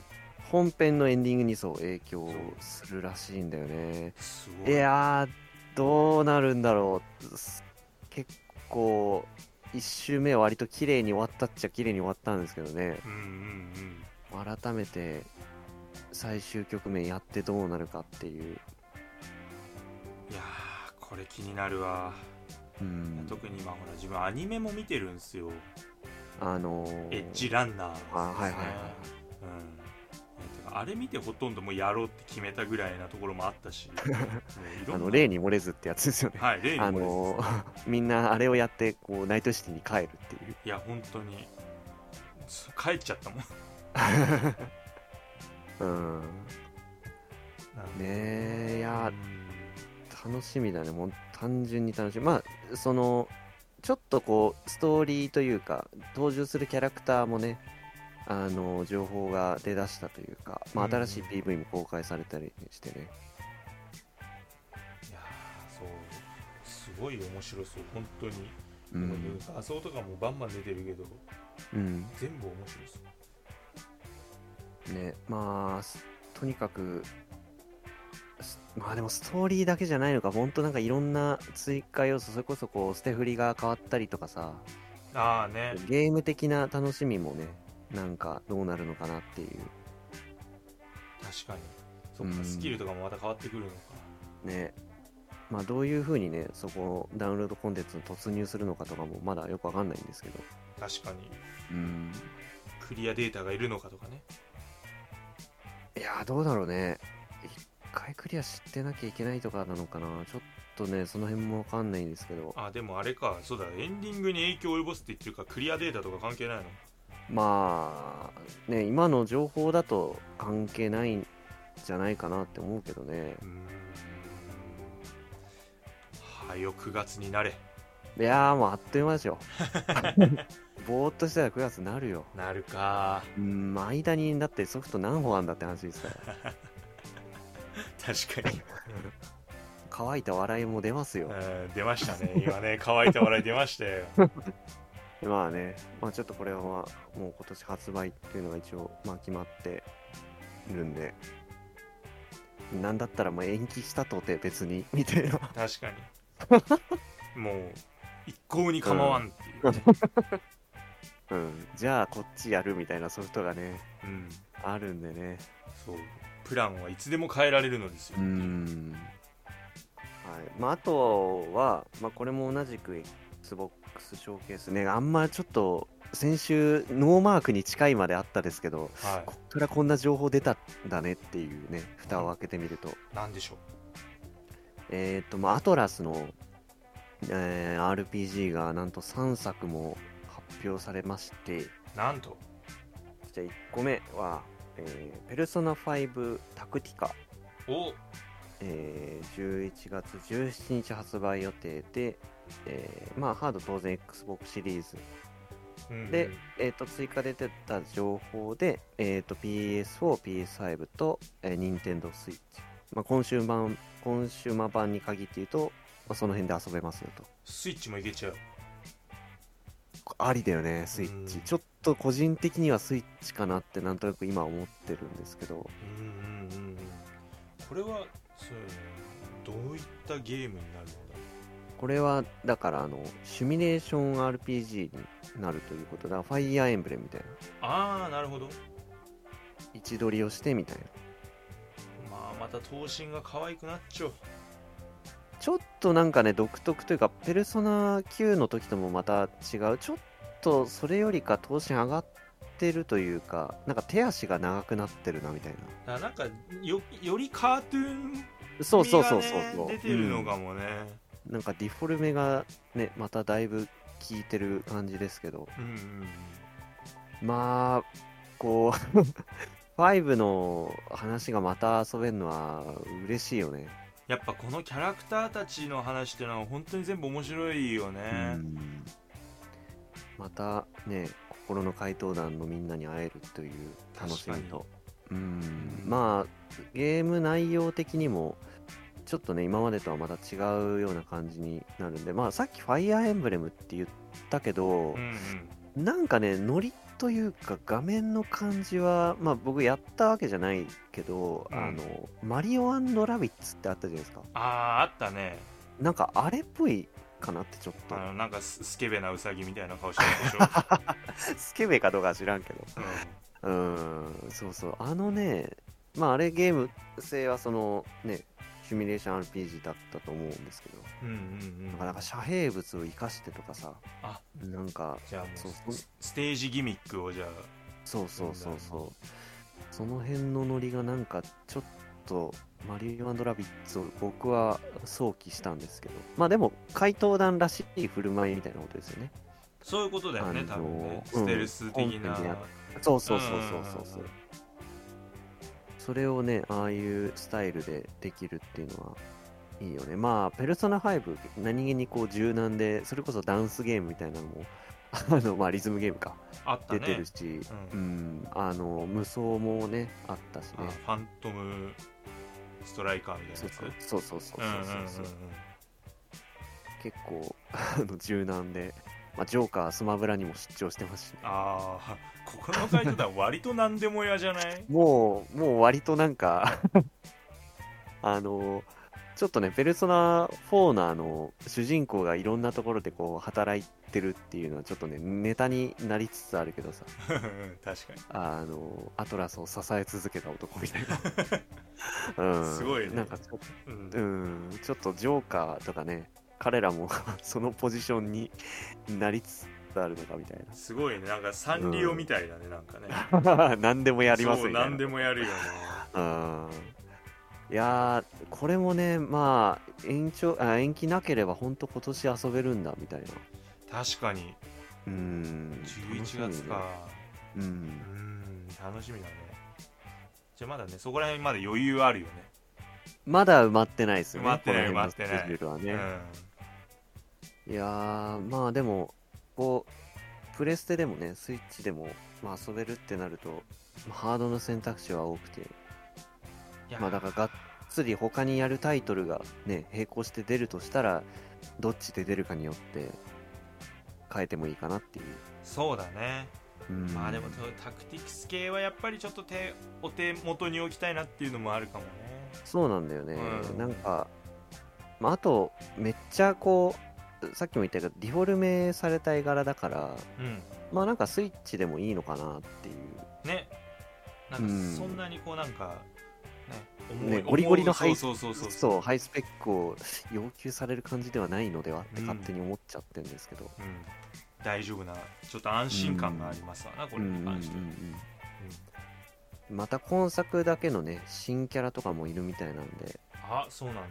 Speaker 3: 本編のエンディングにそう影響するらしいんだよね
Speaker 2: すご
Speaker 3: い
Speaker 2: い
Speaker 3: やーどうなるんだろうす結構1周目は割と綺麗に終わったっちゃ綺麗に終わったんですけどね
Speaker 2: うんうんうん
Speaker 3: 改めて最終局面やってどうなるかっていう、
Speaker 2: いやーこれ気になるわ、
Speaker 3: うん
Speaker 2: 特に今ほら自分アニメも見てるんですよ
Speaker 3: あのー
Speaker 2: エッジランナーですね、
Speaker 3: あはいは
Speaker 2: う
Speaker 3: いはい
Speaker 2: んえてかあれ見てほとんどもうやろうって決めたぐらいなところもあった しもういろんな
Speaker 3: あの例に漏れずってやつですよね。
Speaker 2: はい例に
Speaker 3: あ
Speaker 2: 漏れずです
Speaker 3: の ーみんなあれをやってこうナイトシティに帰るっていう。
Speaker 2: いや本当にす帰っちゃったもん
Speaker 3: うん、ねえいや楽しみだねもう単純に楽しみまあそのちょっとこうストーリーというか登場するキャラクターもねあの情報が出だしたというか、まあ、
Speaker 2: うん
Speaker 3: 新しい PV も公開されたりしてね、
Speaker 2: いやーそうすごい面白そう本当に、
Speaker 3: う
Speaker 2: もうん画像とかもバンバン出てるけど
Speaker 3: うん
Speaker 2: 全部面白そう
Speaker 3: ねまあすとにかくすまあでもストーリーだけじゃないのか本当なんかいろんな追加要素それこそこう捨て振りが変わったりとかさ
Speaker 2: ああね
Speaker 3: ゲーム的な楽しみもねなんかどうなるのかなっていう
Speaker 2: 確かにそっ
Speaker 3: う
Speaker 2: か
Speaker 3: ん
Speaker 2: スキルとかもまた変わってくるのか
Speaker 3: ねまあどういうふうにねそこのダウンロードコンテンツに突入するのかとかもまだよくわかんないんですけど
Speaker 2: 確かに
Speaker 3: うん
Speaker 2: クリアデータがいるのかとかね
Speaker 3: いやーどうだろうね一回クリアしてなきゃいけないとかなのかなちょっとねその辺もわかんないんですけど
Speaker 2: あでもあれかそうだエンディングに影響を及ぼすって言ってるからクリアデータとか関係ないの
Speaker 3: まあね今の情報だと関係ないんじゃないかなって思うけどね
Speaker 2: うーんはよ9月になれ
Speaker 3: いやーもうあっという間ですよぼーっとしたら9月になるよ
Speaker 2: なるか
Speaker 3: うん間にだってソフト何本あんだって話ですから
Speaker 2: 確かに
Speaker 3: 乾いた笑いも出ますよ
Speaker 2: うん出ましたね今ね乾いた笑い出ました よ
Speaker 3: まあね、まあ、ちょっとこれはもう今年発売っていうのが一応まあ決まってるんでなんだったらまあ延期したとて別にみたいな
Speaker 2: 確かにもう一向に構わんっていうね、
Speaker 3: うんじゃあこっちやるみたいなソフトがね
Speaker 2: うん
Speaker 3: あるんでね
Speaker 2: そうプランはいつでも変えられるのですよ、
Speaker 3: んはいまあ、あとは、まあ、これも同じく XBOX ショーケースねあんまちょっと先週ノーマークに近いまであったですけど
Speaker 2: は
Speaker 3: こっからこんな情報出たんだねっていうね蓋を開けてみると
Speaker 2: いなんでしょう
Speaker 3: えっ、と、まあ、アトラスの、えー RPG がなんと3作も発表されまして、
Speaker 2: なんと
Speaker 3: じゃあ1個目は、えーペルソナ5タクティカ、
Speaker 2: お
Speaker 3: えー11月17日発売予定で、えーまあ、ハード当然 Xbox シリーズ。
Speaker 2: うん
Speaker 3: で、えっ、と、追加で出た情報で、えっ、と、PS4、PS5 と、えー、Nintendo Switch。まあ、コンシューマー、コンシューマー版に限って言うと、まあ、その辺で遊べますよと。
Speaker 2: スイッチもいけちゃう
Speaker 3: ありだよねスイッ
Speaker 2: う
Speaker 3: チ
Speaker 2: ん
Speaker 3: ちょっと個人的にはスイッチかなってなんとなく今思ってるんですけど
Speaker 2: うんうんうんうんこれはそうよねどういったゲームになるんだ
Speaker 3: これはだからあのシミュレーション RPG になるということだファイヤーエンブレムみたいな
Speaker 2: ああなるほど
Speaker 3: 位置取りをしてみたいな
Speaker 2: まあまた頭身が可愛くなっちゃう
Speaker 3: ちょっとなんかね独特というかペルソナ9の時ともまた違うちょっとそれよりか頭身上がってるというかなんか手足が長くなってるなみたいな
Speaker 2: だなんかよよりカートゥーン味が、ね、
Speaker 3: そうそうそうそうそう
Speaker 2: 出てる
Speaker 3: う
Speaker 2: の
Speaker 3: ん
Speaker 2: かもね
Speaker 3: なんかディフォルメがねまただいぶ効いてる感じですけど
Speaker 2: うんうんうん
Speaker 3: まあ、こう、5の話がまた遊べるのは嬉しいよね。
Speaker 2: やっぱこのキャラクターたちの話ってのは本当に全部面白いよね、
Speaker 3: またね、心の回答団のみんなに会えるという楽しみと。うんまあ、ゲーム内容的にも、ちょっとね、今までとはまた違うような感じになるんで、まあ、さっきファイアーエンブレムって言ったけど、
Speaker 2: うんうん
Speaker 3: なんかね、ノリというか画面の感じは、まあ僕やったわけじゃないけど、
Speaker 2: うん
Speaker 3: あの、マリオラビッツってあったじゃないですか。
Speaker 2: あああったね
Speaker 3: なんかあれっぽいかなってちょっと
Speaker 2: あ。のなんかススケベなウサギみたいな顔してるでしょ、う
Speaker 3: スケベかどうかは知らんけど。
Speaker 2: ん
Speaker 3: うーん、そうそう。あのね、まああれゲーム性はそのね、シミュレーション RPG だったと思うんですけど、
Speaker 2: うんうん
Speaker 3: なん
Speaker 2: う
Speaker 3: か
Speaker 2: ん
Speaker 3: なんか遮蔽物を生かしてとかさ、
Speaker 2: あ
Speaker 3: なんか、
Speaker 2: じゃあもう
Speaker 3: そう
Speaker 2: スステージギミックをじゃあ
Speaker 3: そうそうそうそう、その辺のノリがなんかちょっと、マリオラビッツを僕は想起したんですけど、まあでも、怪盗団らしい振る舞いみたいなことですよね。
Speaker 2: そういうことだよね
Speaker 3: あの
Speaker 2: 多分ね
Speaker 3: うん
Speaker 2: ステルス的な、
Speaker 3: 本編でやっそうそうそうそうそうそう
Speaker 2: うんうんうんうん
Speaker 3: それをねああいうスタイルでできるっていうのはいいよねまあ「ペルソナ5」何気にこう柔軟でそれこそダンスゲームみたいなのもあのまあリズムゲームか
Speaker 2: あった
Speaker 3: 出
Speaker 2: ね
Speaker 3: てるし、
Speaker 2: う
Speaker 3: うんあの無双もねあったし
Speaker 2: あ
Speaker 3: ね
Speaker 2: ファントムストライカーみたいな
Speaker 3: そう
Speaker 2: やつ
Speaker 3: そうそうそうそ
Speaker 2: う
Speaker 3: う
Speaker 2: んうんうん
Speaker 3: そうそう結構あの柔軟で、まあ、ジョーカースマブラにも出張してますし、ね、
Speaker 2: ああここの回答だ割と何でも屋じゃ ない
Speaker 3: もう、もう割となんか、 あの、ちょっとね、ペルソナ4のあの、主人公がいろんなところでこう、働いてるっていうのはちょっとね、ネタになりつつあるけどさ、
Speaker 2: うん確かに
Speaker 3: あの、アトラスを支え続けた男みたい な。うん、
Speaker 2: すごいね
Speaker 3: なんかちょっ
Speaker 2: うん
Speaker 3: と、うん、ちょっとジョーカーとかね、彼らも そのポジションになりつつあるのかみたい
Speaker 2: すごいねなんかサンリオみたいだね、なんかね
Speaker 3: な。何でもやります
Speaker 2: そう
Speaker 3: みたいな
Speaker 2: 何でもやる よね
Speaker 3: うんいやーこれもね、まあ延長あ延期なければ本当今年遊べるんだみたいな。
Speaker 2: 確かに
Speaker 3: うん
Speaker 2: 11月か、
Speaker 3: 楽しみねうん
Speaker 2: う、ん楽しみだねじゃあまだねそこら辺まで余裕あるよね
Speaker 3: まだ埋まってないですよね、
Speaker 2: 埋まってない
Speaker 3: この
Speaker 2: 埋まっ
Speaker 3: 辺の
Speaker 2: てない
Speaker 3: スケジュールは
Speaker 2: う
Speaker 3: ね、
Speaker 2: ん
Speaker 3: いやー、まあでも、こう、プレステでもね、スイッチでも、まあ、遊べるってなると、まあハードの選択肢は多くて、
Speaker 2: いや
Speaker 3: まあ、だからがっつり他にやるタイトルがね並行して出るとしたらどっちで出るかによって変えてもいいかなっていう、
Speaker 2: そうだね
Speaker 3: うん
Speaker 2: まあでもそうタクティクス系はやっぱりちょっと手お手元に置きたいなっていうのもあるかもね
Speaker 3: そうなんだよね、
Speaker 2: うん
Speaker 3: なんか、まあ、あとめっちゃこうさっきも言ったけどディフォルメされた絵柄だから
Speaker 2: うん
Speaker 3: まあなんかスイッチでもいいのかなっていう
Speaker 2: ねなんかそんなにこうなんか、ね重い
Speaker 3: ね
Speaker 2: 重い
Speaker 3: ゴリゴリの
Speaker 2: そう
Speaker 3: 配
Speaker 2: そうそうそう
Speaker 3: そうハイスペックを要求される感じではないのではって勝手に思っちゃってるんですけど、
Speaker 2: うん、大丈夫なちょっと安心感がありますわな、こ
Speaker 3: う
Speaker 2: れ
Speaker 3: ん
Speaker 2: に関して、
Speaker 3: う
Speaker 2: うん
Speaker 3: う
Speaker 2: ん
Speaker 3: んうんまた今作だけのね新キャラとかもいるみたいなんで
Speaker 2: あそうなの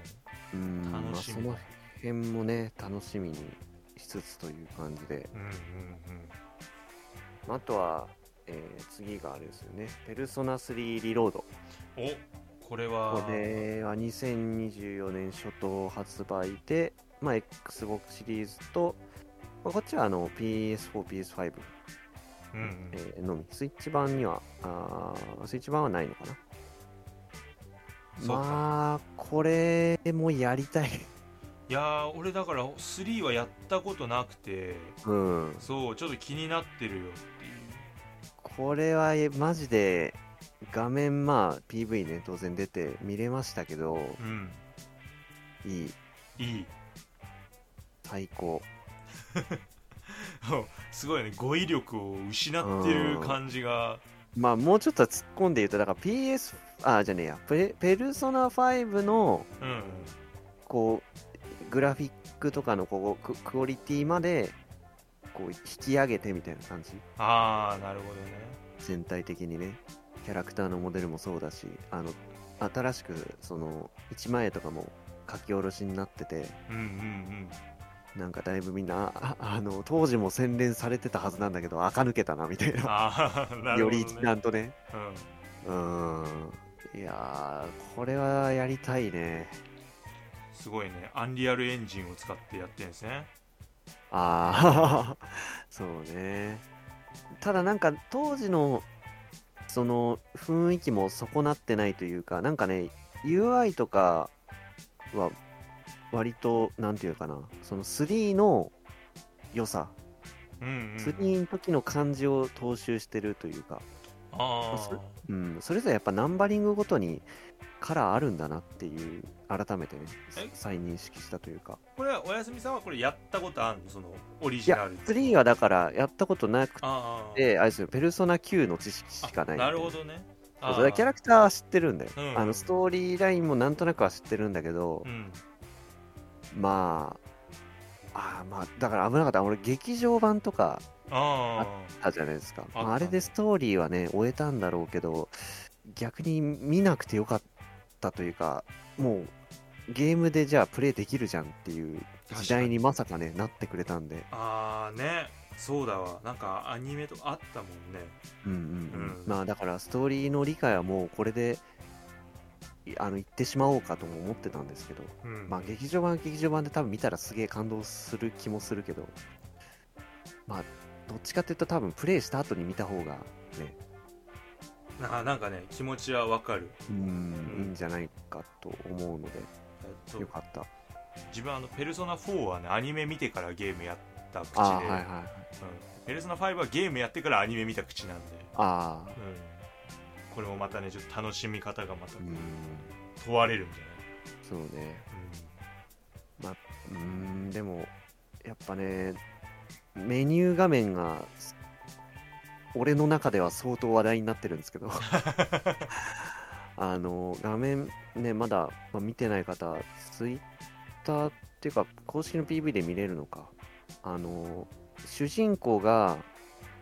Speaker 3: うん
Speaker 2: 楽
Speaker 3: まあ
Speaker 2: し
Speaker 3: そ
Speaker 2: みだ
Speaker 3: の辺もね楽しみにしつつという感じで
Speaker 2: うんうん
Speaker 3: まああとは、えー次があれですよね「ペルソナ3リロード
Speaker 2: うんおこれ」は
Speaker 3: これは2024年初頭発売で、まあ、XBOX シリーズと、まあ、こっちはあの PS4PS5、
Speaker 2: うんうん
Speaker 3: えーのみスイッチ版にはあースイッチ版はないのかな
Speaker 2: そうか
Speaker 3: まあこれもやりたい
Speaker 2: いやー俺だから3はやったことなくて
Speaker 3: うん
Speaker 2: そうちょっと気になってるよって
Speaker 3: これはえマジで画面まあ PV ね当然出て見れましたけど
Speaker 2: いううん
Speaker 3: いい
Speaker 2: いい
Speaker 3: 最高
Speaker 2: すごいね語彙力を失ってる感じが
Speaker 3: まあもうちょっと突っ込んで言うとだから PS あじゃねえやペペルソナ5の
Speaker 2: うんうん
Speaker 3: こうグラフィックとかのこうククオリティまでこう引き上げてみたいな感じ
Speaker 2: ああなるほどね
Speaker 3: 全体的にねキャラクターのモデルもそうだしあの新しくその1枚絵とかも書き下ろしになってて
Speaker 2: うん うん
Speaker 3: なんかだいぶみんなあああの当時も洗練されてたはずなんだけど垢抜けたなみたい
Speaker 2: うん
Speaker 3: な
Speaker 2: ああなる
Speaker 3: よ
Speaker 2: ほど、
Speaker 3: り
Speaker 2: ね、
Speaker 3: 一段とね
Speaker 2: うん
Speaker 3: うーんいやーこれはやりたいね
Speaker 2: すごいねアンリアルエンジンを使ってやってるんですね
Speaker 3: ああ そうねただなんか当時のその雰囲気も損なってないというかなんかね UI とかは割となんていうかなその3の良さ、
Speaker 2: うんうん
Speaker 3: 3の時の感じを踏襲してるというか、
Speaker 2: あ
Speaker 3: そ
Speaker 2: あ
Speaker 3: れうん、それぞれやっぱナンバリングごとにカラーあるんだなっていう改めてね
Speaker 2: え
Speaker 3: 再認識したというか
Speaker 2: これはおやすみさんはこれやったことあるのそのオリ
Speaker 3: い
Speaker 2: ジナ
Speaker 3: や
Speaker 2: ル
Speaker 3: 3はだからやったことなくて
Speaker 2: ああ
Speaker 3: で、あれですよ、ペルソナ9の知識しかないんで
Speaker 2: なるほどねあー
Speaker 3: そうだからキャラクターは知ってるんだよ、
Speaker 2: うんうん
Speaker 3: あのストーリーラインもなんとなくは知ってるんだけど、
Speaker 2: うん
Speaker 3: まああーまあだから危なかった俺劇場版とか
Speaker 2: あ
Speaker 3: あったじゃないですか
Speaker 2: あ
Speaker 3: まあ
Speaker 2: ったね
Speaker 3: あれでストーリーはね終えたんだろうけど逆に見なくてよかったというかもうゲームでじゃあプレイできるじゃんっていう
Speaker 2: あ
Speaker 3: 時代にまさかねなってくれたんで
Speaker 2: ああねそうだわなんかアニメとかあったもんね
Speaker 3: うんうんうん
Speaker 2: うん
Speaker 3: まあだからストーリーの理解はもうこれでいあの行ってしまおうかとも思ってたんですけど、
Speaker 2: うん
Speaker 3: まあ劇場版は劇場版で多分見たらすげえ感動する気もするけどまあどっちかっていうと多分プレイした後に見た方がね
Speaker 2: ななんかね気持ちはわかる、
Speaker 3: うんいいんじゃないかと思うので
Speaker 2: えっと
Speaker 3: よかった
Speaker 2: 自分あの「ペルソナ4」はねアニメ見てからゲームやった口で、
Speaker 3: ああーはいはいはい
Speaker 2: うんペルソナ5はゲームやってからアニメ見た口なんで、
Speaker 3: あ
Speaker 2: う
Speaker 3: あ
Speaker 2: んこれもまたねちょっと楽しみ方がまた
Speaker 3: うん
Speaker 2: 問われるんじ
Speaker 3: そうね
Speaker 2: ゃない、
Speaker 3: うーんでもやっぱねメニュー画面が俺の中では相当話題になってるんですけどあの画面ねまだ、まあ見てない方ツイッターっていうか公式の PV で見れるのかあの主人公が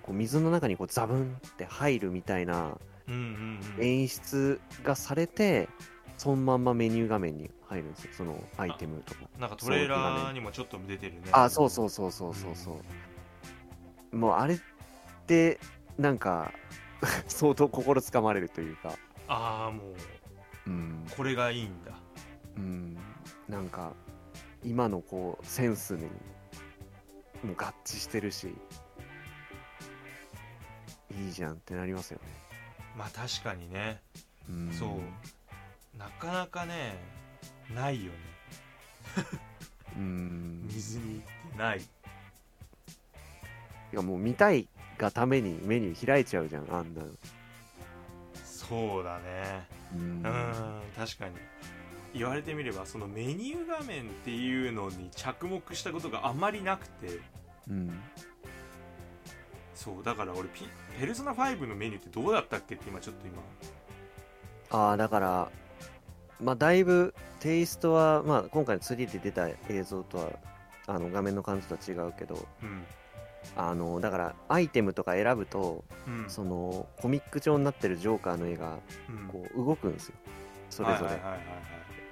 Speaker 3: こう水の中にこうザブンって入るみたいな
Speaker 2: うん、うんうんうん
Speaker 3: 演出がされてそのまんまメニュー画面に入るんですよそのアイテムとか
Speaker 2: なんかトレーラーにもちょっと出てるね
Speaker 3: あ、そうそうそうそうそうそう。もうあれって、なんか、 相当心つかまれるというか、
Speaker 2: ああもう
Speaker 3: うん、
Speaker 2: これがいいんだ
Speaker 3: うん、なんか、今のこう、センスにもう合致してるし、いいじゃんってなりますよね。
Speaker 2: まあ確かにね
Speaker 3: うん
Speaker 2: そうなかなかねないよね
Speaker 3: うん。
Speaker 2: 水にってない
Speaker 3: いやもう見たいがためにメニュー開いちゃうじゃん、あんなの。
Speaker 2: そうだね
Speaker 3: う
Speaker 2: うんん確かに言われてみればそのメニュー画面っていうのに着目したことがあまりなくて
Speaker 3: うん。
Speaker 2: そうだから俺ピ「ペルソナ5」のメニューってどうだったっけって今ちょっと今
Speaker 3: ああだからまあだいぶテイストは、まあ、今回の 3D で出た映像とはあの画面の感じとは違うけど
Speaker 2: うん
Speaker 3: あのだからアイテムとか選ぶと
Speaker 2: うん
Speaker 3: そのコミック調になってるジョーカーの絵が
Speaker 2: うん
Speaker 3: こう動くんですよそれぞれ、
Speaker 2: はいはいはいはいはい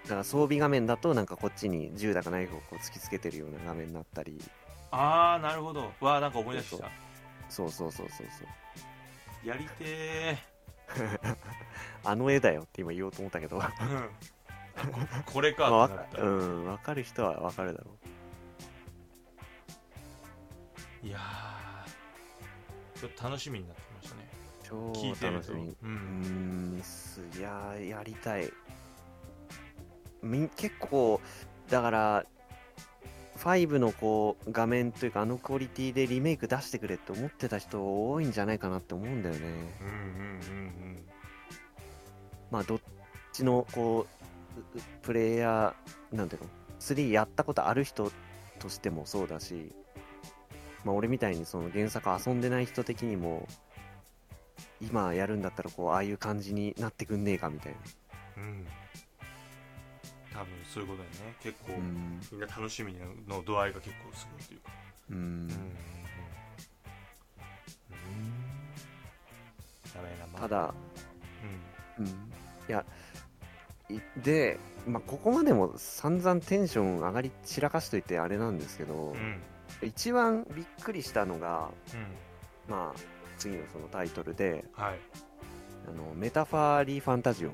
Speaker 3: だから装備画面だとなんかこっちに銃だかナイフをこう突きつけてるような画面になったり
Speaker 2: ああなるほどわあなんか思い出してき
Speaker 3: そ
Speaker 2: た
Speaker 3: うそうそうそうそうそう
Speaker 2: やりて
Speaker 3: あの絵だよって今言おうと思ったけどま
Speaker 2: ー うんあここれ
Speaker 3: あ
Speaker 2: か
Speaker 3: わ
Speaker 2: ってな
Speaker 3: か
Speaker 2: った、
Speaker 3: うん、わかる人はわかるだろ
Speaker 2: いやーちょっと楽しみになってきましたね
Speaker 3: う超
Speaker 2: 聞いてる
Speaker 3: 楽し
Speaker 2: と
Speaker 3: み
Speaker 2: う
Speaker 3: うんーんすいやーやりたいみ結構だから5のこう画面というかあのクオリティでリメイク出してくれって思ってた人多いんじゃないかなって思うんだよね
Speaker 2: うんうんうん
Speaker 3: まあどっちのこうううプレイヤーなんていうの3やったことある人としてもそうだしまあ俺みたいにその原作遊んでない人的にも今やるんだったらこうああいう感じになってくんねえかみたいな
Speaker 2: うんうん多分そういうことだよね結構、
Speaker 3: うん
Speaker 2: みんな楽しみの度合いが結構すごいというか
Speaker 3: うん
Speaker 2: うんうんうんうんやべえなまあ
Speaker 3: ただ、
Speaker 2: う
Speaker 3: いやいで、まあ、ここまでも散々テンション上がり散らかしといてあれなんですけど
Speaker 2: ん、うん
Speaker 3: 一番びっくりしたのが、
Speaker 2: うん
Speaker 3: まあ、次のそのタイトルで
Speaker 2: はい
Speaker 3: あのメタファーリーファンタジオン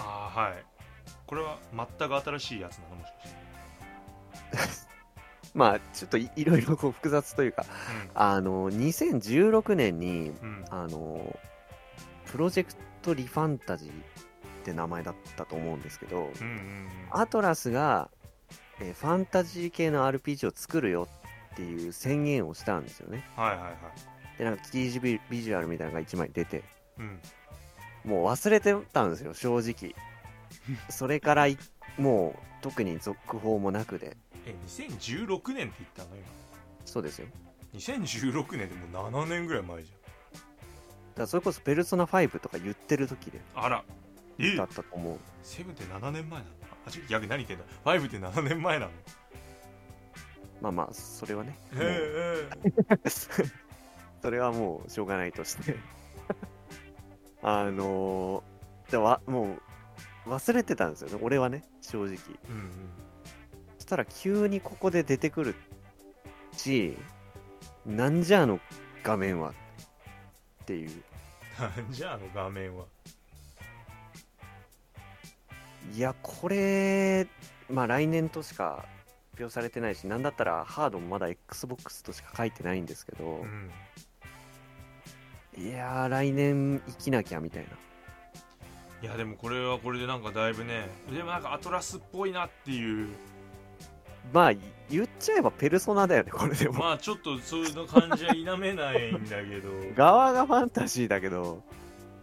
Speaker 2: ああはいこれは全く新しいやつなのもしかして
Speaker 3: まあちょっといいろいろこう複雑というかあの2016年に
Speaker 2: うんうん
Speaker 3: あのプロジェクトリファンタジーって名前だったと思うんですけど
Speaker 2: うんうん
Speaker 3: アトラスが、えーファンタジー系の RPG を作るよっていう宣言をしたんですよね。
Speaker 2: うんはいはいはい
Speaker 3: で、なんかキージビビジュアルみたいなのが1枚出て、
Speaker 2: うん
Speaker 3: もう忘れてたんですよ、正直。それからい、もう特に続報もなくで。
Speaker 2: え2016年って言ったの今
Speaker 3: そうですよ。
Speaker 2: 2016年でもう7年ぐらい前じ
Speaker 3: からそれこそ「ペルソナ5」とか言ってる時で
Speaker 2: あらえ
Speaker 3: だったと思う
Speaker 2: セブンって7年前なのあちょいや何言ってんだファイブって7年前なの
Speaker 3: まあまあそれはねもう
Speaker 2: え
Speaker 3: それはもうしょうがないとして あのー、でわもう忘れてたんですよね俺はね正直
Speaker 2: えうんうん
Speaker 3: そしたら急にここで出てくるしなんじゃあの画面はっていう
Speaker 2: なんじゃあの画面はい
Speaker 3: やこれまあ来年としか発表されてないしなんだったらハードもまだ XBOX としか書いてないんですけど
Speaker 2: う、ん
Speaker 3: いやー来年生きなきゃみたいない
Speaker 2: やでもこれはこれでなんかだいぶねでもなんかアトラスっぽいなっていう
Speaker 3: まあ言っちゃえばペルソナだよねこれでも、
Speaker 2: まあちょっとそういう感じは否めないんだ けど
Speaker 3: 側がファンタジーだけど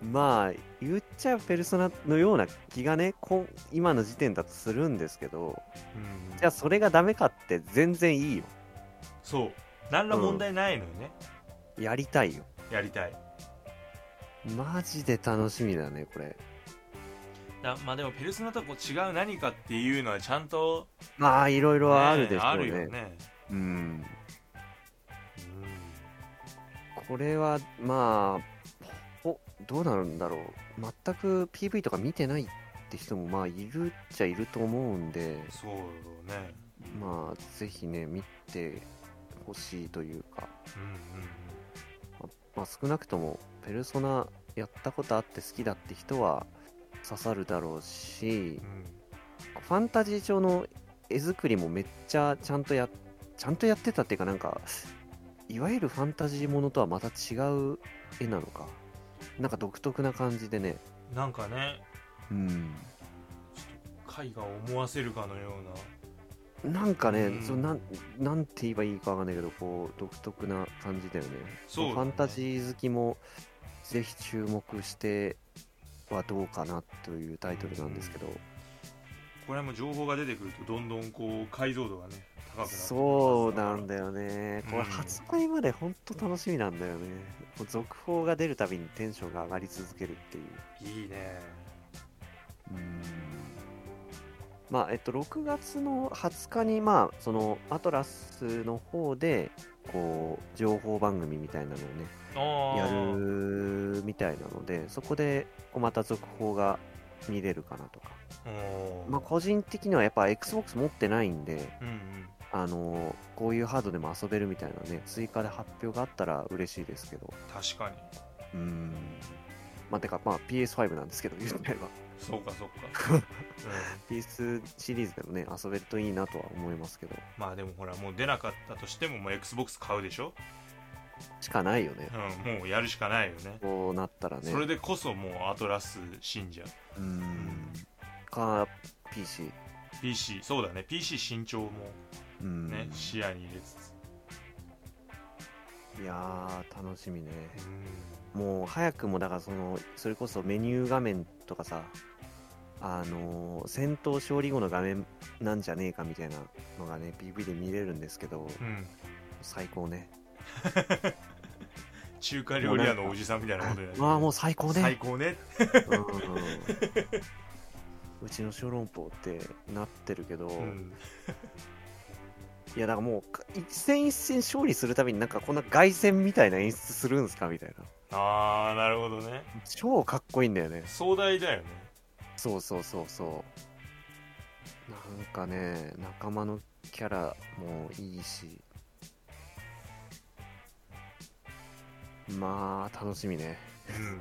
Speaker 3: まあ言っちゃえばペルソナのような気がねこん今の時点だとするんですけど
Speaker 2: うん
Speaker 3: じゃあそれがダメかって全然いいよ
Speaker 2: そう何ら問題ないのよね、
Speaker 3: やりたいよ
Speaker 2: やりたい
Speaker 3: マジで楽しみだねこれ
Speaker 2: だまあでもペルソナとこう違う何かっていうのはちゃんと、
Speaker 3: まあいろいろあるでしょうね
Speaker 2: あるよね
Speaker 3: うん
Speaker 2: うん
Speaker 3: これはまあほどうなるんだろう全く PV とか見てないって人もまあいるっちゃいると思うんで
Speaker 2: そうよね
Speaker 3: まあぜひね見てほしいというか
Speaker 2: うん
Speaker 3: まあ、少なくともペルソナやったことあって好きだって人は刺さるだろうし
Speaker 2: うんうんうん
Speaker 3: ファンタジー調の絵作りもめっちゃちゃんとやちゃんとやってたっていうかなんかいわゆるファンタジーものとはまた違う絵なのかなんか独特な感じでね
Speaker 2: なんかね
Speaker 3: うん
Speaker 2: 絵画を思わせるかのような
Speaker 3: なんかね、
Speaker 2: うん
Speaker 3: そうなんなんて言えばいいかわかんないけどこう独特な感じだよね
Speaker 2: そうだね
Speaker 3: ファンタジー好きもぜひ注目してはどうかなというタイトルなんですけど、
Speaker 2: これも情報が出てくるとどんどんこう解像度がね高くなってきます
Speaker 3: そうなんだよねこれ
Speaker 2: うん
Speaker 3: 発売までほんと楽しみなんだよね、もう続報が出るたびにテンションが上がり続けるっていう
Speaker 2: いいね
Speaker 3: まあえっと6月の20日にまあそのアトラスの方でこう情報番組みたいなのをね
Speaker 2: ああ
Speaker 3: やるみたいなのでそこでこうまた続報が見れるかなとか、まあ、個人的にはやっぱ XBOX 持ってないんで
Speaker 2: うんうん
Speaker 3: あのーこういうハードでも遊べるみたいなね追加で発表があったら嬉しいですけど
Speaker 2: 確かに
Speaker 3: うんまあてかまあ PS5 なんですけど言うてれば
Speaker 2: そうかそう か、うん、
Speaker 3: PS シリーズでもね遊べるといいなとは思いますけど
Speaker 2: まあでもほらもう出なかったとしてももう XBOX 買うでしょ、
Speaker 3: しかないよね
Speaker 2: うん、もうやるしかないよね
Speaker 3: こうなったらね
Speaker 2: それでこそもうアトラス信者
Speaker 3: うんか PC
Speaker 2: PC そうだね PC 新潮も
Speaker 3: うん
Speaker 2: ね、視野に入れつつ
Speaker 3: いやー楽しみね
Speaker 2: う
Speaker 3: もう早くもだからそのそれこそメニュー画面とかさあのー戦闘勝利後の画面なんじゃねえかみたいなのがね PV で見れるんですけど
Speaker 2: ん、うん、
Speaker 3: 最高ね
Speaker 2: 中華料理屋のおじさんみたいなことや
Speaker 3: ああもう最高
Speaker 2: 最
Speaker 3: ね
Speaker 2: 高ね
Speaker 3: うんうんうんうちの小籠包ってなってるけど、
Speaker 2: うん
Speaker 3: いやだからもうか一戦一戦勝利するたびになんかこんな凱旋みたいな演出するんですかみたいな
Speaker 2: ああなるほどね
Speaker 3: 超かっこいいんだよね
Speaker 2: 壮大だよね
Speaker 3: そうそうそうそうなんかね仲間のキャラもいいしまあ楽しみね
Speaker 2: うん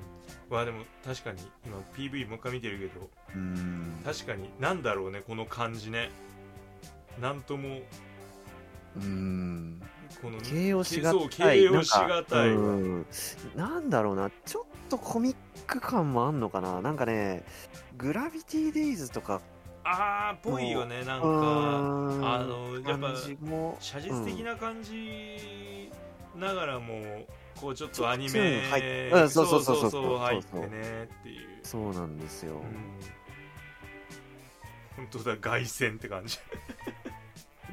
Speaker 2: まあでも確かに今 PV もう一回見てるけど
Speaker 3: うん
Speaker 2: 確かになんだろうねこの感じねなんとも
Speaker 3: うん
Speaker 2: この
Speaker 3: 形容しが
Speaker 2: そう
Speaker 3: た
Speaker 2: 形
Speaker 3: い
Speaker 2: 容しがたい
Speaker 3: なんかうんなんだろうなちょっとコミック感もあんのかななんかねグラビティデイズとか
Speaker 2: ああぽいよねなんかあ
Speaker 3: あ
Speaker 2: のやっぱ
Speaker 3: も
Speaker 2: 写実的な感じながらもこうちょっとアニ
Speaker 3: ちょっと
Speaker 2: メ
Speaker 3: 入っうんそうそうそうそう
Speaker 2: そう入ってねっていう
Speaker 3: そうなんですよ、
Speaker 2: うん本当だ凱旋って感じ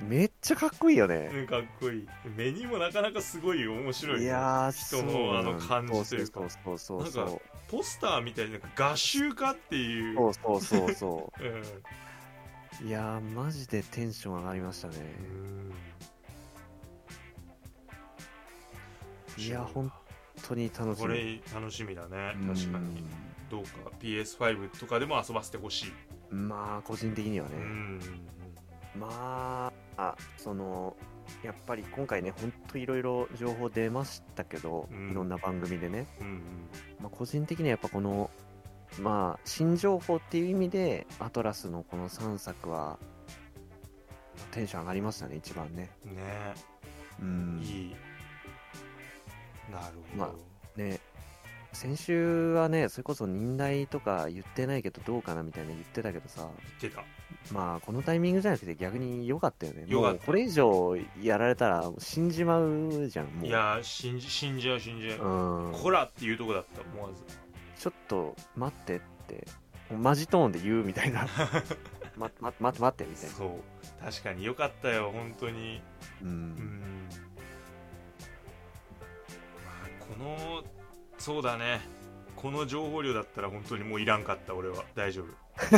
Speaker 3: めっちゃかっこいいよね。
Speaker 2: うんかっこいい目にもなかなかすごい面白いね
Speaker 3: いやー、
Speaker 2: 人のあの感じというか
Speaker 3: そうそうそうそうそう。
Speaker 2: ポスターみたいななんか画集かっていう
Speaker 3: そうそうそうそ
Speaker 2: うんうん
Speaker 3: う。いやー、マジでテンション上がりましたね。いや、本当に楽し
Speaker 2: こ
Speaker 3: み。
Speaker 2: れ楽しみだね
Speaker 3: うん
Speaker 2: 確かにどうか PS5 とかでも遊ばせてほしい
Speaker 3: まあ、個人的にはね。
Speaker 2: うん
Speaker 3: まあ、その、やっぱり今回ね、本当いろいろ情報出ましたけど、
Speaker 2: うん
Speaker 3: いろんな番組でね、
Speaker 2: うんうん
Speaker 3: まあ、個人的にはやっぱこの、まあ、新情報っていう意味で、アトラスのこの3作は、テンション上がりましたね、一番ね。
Speaker 2: うんね
Speaker 3: うん
Speaker 2: いいなるほど、
Speaker 3: まあね先週はね、それこそ忍耐とか言ってないけどどうかなみたいな言ってたけどさ、
Speaker 2: 言ってた
Speaker 3: まあこのタイミングじゃなくて逆に良かったよね。
Speaker 2: 良かった
Speaker 3: もうこれ以上やられたら死んじまうじゃん、もう。
Speaker 2: いやー信じ信じよう信じよう、
Speaker 3: うん、
Speaker 2: こらっていうとこだった思わず
Speaker 3: ちょっと待ってって、マジトーンで言うみた いな。ま、ま、待って待ってみたいな。
Speaker 2: そう確かによかったよ本当に
Speaker 3: う。
Speaker 2: うんんまあこのそうだねこの情報量だったら本当にもういらんかった俺は大丈夫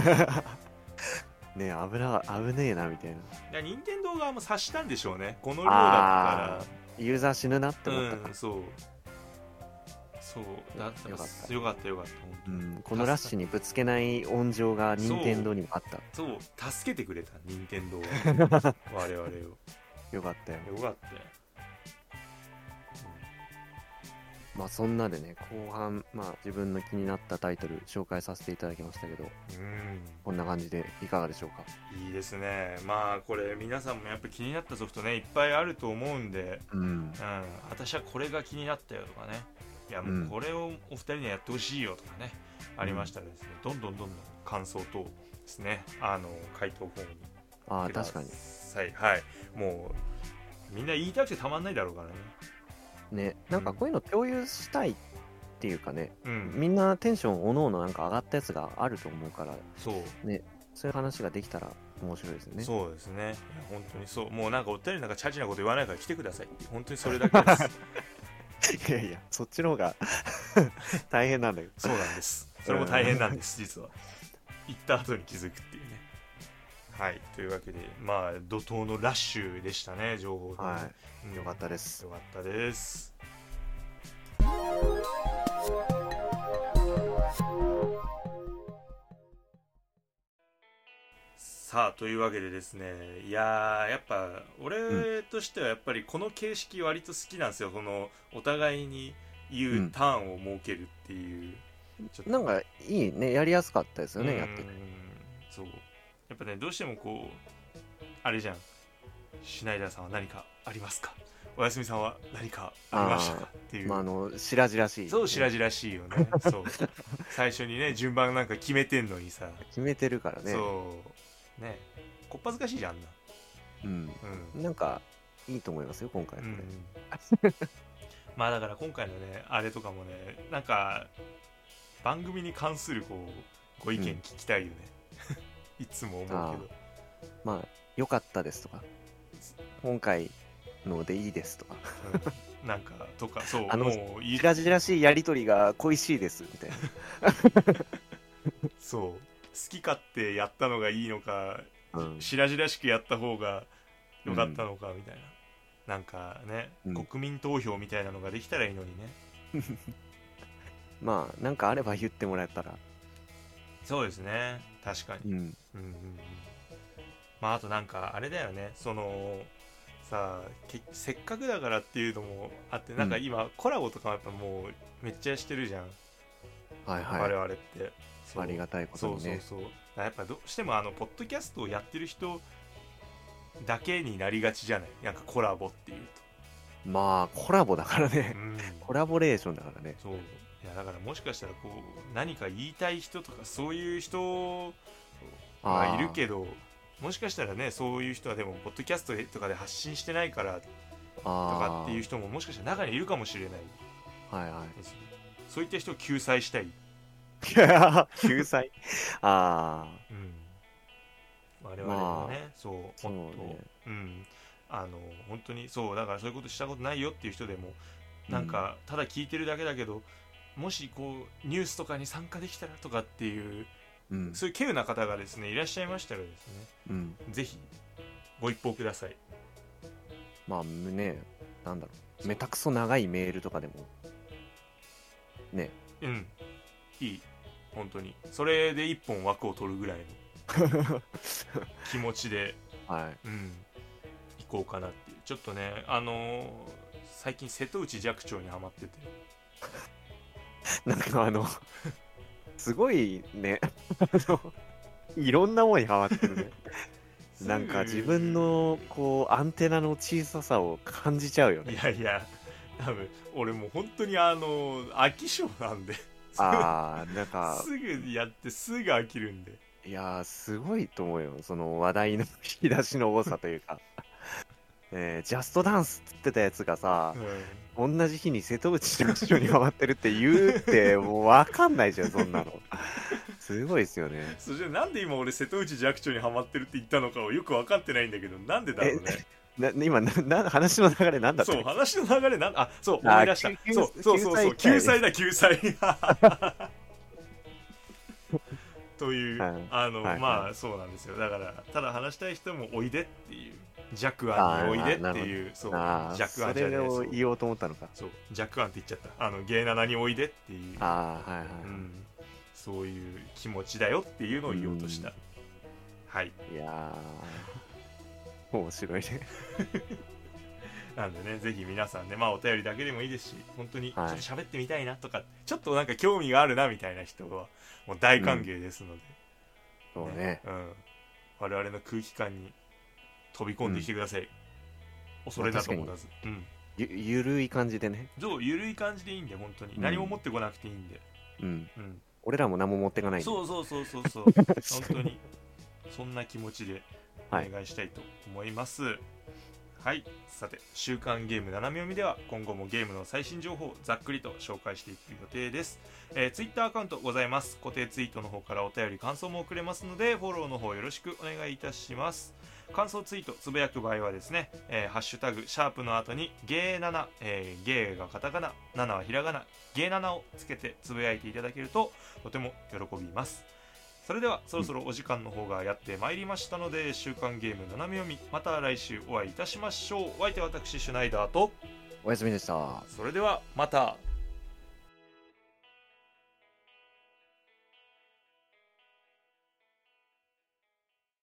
Speaker 3: ねえ、油、危ねえなみたいな。
Speaker 2: いや任天堂側も察したんでしょうねこの量だったら
Speaker 3: ユーザー死ぬなって思ったか
Speaker 2: うん、そうそうだったら
Speaker 3: よかった
Speaker 2: よかったよかった本当
Speaker 3: ら、う
Speaker 2: に、
Speaker 3: ん、このラッシュにぶつけない温情が任天堂にもあった。
Speaker 2: そう助けてくれた任天堂 は我々をよ
Speaker 3: よかったよ。
Speaker 2: かったよ
Speaker 3: まあそんなでね、後半、まあ自分の気になったタイトル紹介させていただきましたけど、こんな感じでいかがでしょうか。
Speaker 2: うんいいですねまあこれ皆さんもやっぱ気になったソフトねいっぱいあると思うんで
Speaker 3: うん。
Speaker 2: うん、私はこれが気になったよとかね、いやもううんこれをお二人にはやってほしいよとかね、ありましたらですね、どんどんどんどん感想等ですね、あの回答フォームに
Speaker 3: ああ、
Speaker 2: くだ
Speaker 3: 確か
Speaker 2: さい
Speaker 3: に。。
Speaker 2: はい、もうみんな言いたくてたまんないだろうからね。
Speaker 3: ね、なんかこういうの共有したいっていうかね、
Speaker 2: うん、
Speaker 3: みんなテンションおのおのなんか上がったやつがあると思うから、
Speaker 2: そう、
Speaker 3: そういう話ができたら面白いですよね。
Speaker 2: そうですね。いや本当にそう、もうなんかお二人なんかチャチなこと言わないから来てください。本当にそれだけです。
Speaker 3: いやいや、そっちの方が 大変なんだけど。
Speaker 2: そうなんです。 それも大変なんです、実は。行った後に気づくっていうね。はい、というわけで、まあ、怒涛のラッシュでしたね、情報
Speaker 3: は
Speaker 2: うん
Speaker 3: い、よかったです。
Speaker 2: よかったです。さあというわけでですねいやーやっぱ俺としてはやっぱりこの形式割と好きなんですよ、このお互いに
Speaker 3: う
Speaker 2: 言うんターンを設けるっていう、ちょっと
Speaker 3: なんかいいね、やりやすかったですよ
Speaker 2: う
Speaker 3: ね、
Speaker 2: ん
Speaker 3: やってて。
Speaker 2: そうやっぱねどうしてもこうあれじゃんシュナイダーさんは何かありますかおやすみさんは何かありましたかっていう、
Speaker 3: まあ、あの、しらじらしい。
Speaker 2: そう白々しいよ ねそう最初にね順番なんか決めてんのにさ、
Speaker 3: 決めてるからね。
Speaker 2: そうねこっぱずかしいじゃんあんな
Speaker 3: うん。
Speaker 2: うん、
Speaker 3: なんか、いいと思いますよ、今回
Speaker 2: う
Speaker 3: これ。
Speaker 2: ん、まあだから今回のねあれとかもねなんか番組に関するこうご意見
Speaker 3: うん
Speaker 2: 聞きたいよね、 いつも思うけ
Speaker 3: あ
Speaker 2: ど
Speaker 3: ーまあ、良かったですとか、今回のでいいですとか、
Speaker 2: うん なんかとかそう
Speaker 3: あの
Speaker 2: もういい
Speaker 3: じらじらしいやりとりが恋しいですみたいな。
Speaker 2: そう好き勝手やったのがいいのか
Speaker 3: うん
Speaker 2: 白々しくやった方が良かったのかみたいな、なんかね、
Speaker 3: うん
Speaker 2: 国民投票みたいなのができたらいいのにね
Speaker 3: まあ、なんかあれば言ってもらえたら。
Speaker 2: そうですね確かに、
Speaker 3: う
Speaker 2: う
Speaker 3: ん。
Speaker 2: んうんうん、まああとなんかあれだよねそのさあけせっかくだからっていうのもあってなんか今コラボとかもやっぱもうめっちゃしてるじゃん、
Speaker 3: はい
Speaker 2: 我
Speaker 3: は
Speaker 2: 々って
Speaker 3: い。あり
Speaker 2: と
Speaker 3: がたいこと
Speaker 2: そう
Speaker 3: に
Speaker 2: そう
Speaker 3: ね。
Speaker 2: そうやっぱどうしてもあのポッドキャストをやってる人だけになりがちじゃないなんかコラボっていう
Speaker 3: まあ、コラボだから
Speaker 2: と、
Speaker 3: ね。
Speaker 2: ん、
Speaker 3: コラボレーションだからね。
Speaker 2: そういやだからもしかしたらこう何か言いたい人とかそういう人が
Speaker 3: あー
Speaker 2: いるけどもしかしたらねそういう人はでもポッドキャストとかで発信してないからとか
Speaker 3: あ
Speaker 2: っ
Speaker 3: あ
Speaker 2: ていう。人ももしかしたら中にいるかもしれない
Speaker 3: は いは
Speaker 2: ですよそういった人を救済したい、
Speaker 3: い。救済。ああ。
Speaker 2: うん、我々もね、そう
Speaker 3: そう
Speaker 2: もっと
Speaker 3: ね。
Speaker 2: うん、あの本当にそうだからそういうことしたことないよっていう人でもなんかただ聞いてるだけだけど、もしこうニュースとかに参加できたらとかっていう
Speaker 3: うん
Speaker 2: そういう稀有な方がですねいらっしゃいましたらですね
Speaker 3: うん
Speaker 2: ぜひご一報ください
Speaker 3: まあねなんだろうめたくそ長いメールとかでもね
Speaker 2: うんいい本当にそれで一本枠を取るぐらいの 気持ちで
Speaker 3: はい
Speaker 2: うん、行こうかなっていうちょっとねあのー最近瀬戸内寂聴にハマってて
Speaker 3: なんかあのすごいねあのいろんなもんにハマってるねなんか自分のこうアンテナの小ささを感じちゃうよ
Speaker 2: い
Speaker 3: ね
Speaker 2: やいや多分俺もう本当にあのー飽き性なんで
Speaker 3: ああなんか
Speaker 2: すぐやってすぐ飽きるんで
Speaker 3: いやーすごいと思うよその話題の引き出しの多さというか えージャストダンスって言ってたやつがさ
Speaker 2: う、ん
Speaker 3: 同じ日に瀬戸内の人にハマってるって言うって、もうわかんないじゃん、そんなの。すごいですよね。
Speaker 2: そしてなんで今俺瀬戸内寂聴にハマってるって言ったのかをよく分かってないんだけどなんでだろうね
Speaker 3: な今なな、話の流れなんだった
Speaker 2: そ
Speaker 3: っ
Speaker 2: う
Speaker 3: け
Speaker 2: 話の流れなんあそう
Speaker 3: あー
Speaker 2: 思い出した
Speaker 3: 救
Speaker 2: そうそうそうそう救済
Speaker 3: 救済
Speaker 2: だ救済 という、
Speaker 3: はい
Speaker 2: あの、
Speaker 3: はい
Speaker 2: まあそうなんですよだからただ話したい人もおいでっていう弱アンにおいでっていうそう弱
Speaker 3: あ
Speaker 2: アンじ
Speaker 3: あ、
Speaker 2: ゃ
Speaker 3: そ
Speaker 2: ねえ
Speaker 3: れを
Speaker 2: そう
Speaker 3: 言おうと思ったのか。
Speaker 2: そう弱アンって言っちゃったあの芸ナナにおいでっていう、
Speaker 3: ああ、はいは
Speaker 2: う
Speaker 3: い。
Speaker 2: ん、そういう気持ちだよっていうのを言おうとした、
Speaker 3: うん
Speaker 2: はい
Speaker 3: いや ー、面白いね。
Speaker 2: なんでね、ぜひ皆さんね、まあお便りだけでもいいですし、本当にちょっ
Speaker 3: はい
Speaker 2: と喋ってみたいなとか、ちょっとなんか興味があるなみたいな人は、もう大歓迎ですので、
Speaker 3: そうね。
Speaker 2: うん。我々の空気感に飛び込んできてください。恐れなと思わず。うん。
Speaker 3: ゆゆるい感じでね。
Speaker 2: そう、ゆるい感じでいいんで、本当に。
Speaker 3: うん
Speaker 2: 何も持ってこなくていいんで。
Speaker 3: うん。
Speaker 2: うん。
Speaker 3: 俺らも何も持ってかないんで
Speaker 2: そうそうそうそう そう。本当に、そんな気持ちでお
Speaker 3: はい
Speaker 2: 願いしたいと思います。はい、さて「週刊ゲーム斜め読み」では今後もゲームの最新情報をざっくりと紹介していく予定です、えー、Twitter アカウントございます固定ツイートの方からお便り感想も送れますのでフォローの方よろしくお願いいたします感想ツイートつぶやく場合はですね、えーハッシュタグシャープの後にゲー7、えー、ゲーがカタカナ7はひらがなゲー7をつけてつぶやいていただけるととても喜びますそれではそろそろお時間の方がやってまいりましたので、週刊ゲーム斜め読みまた来週お会いいたしましょうお相手は私シュナイダーと
Speaker 3: おやすみでした。
Speaker 2: それではまた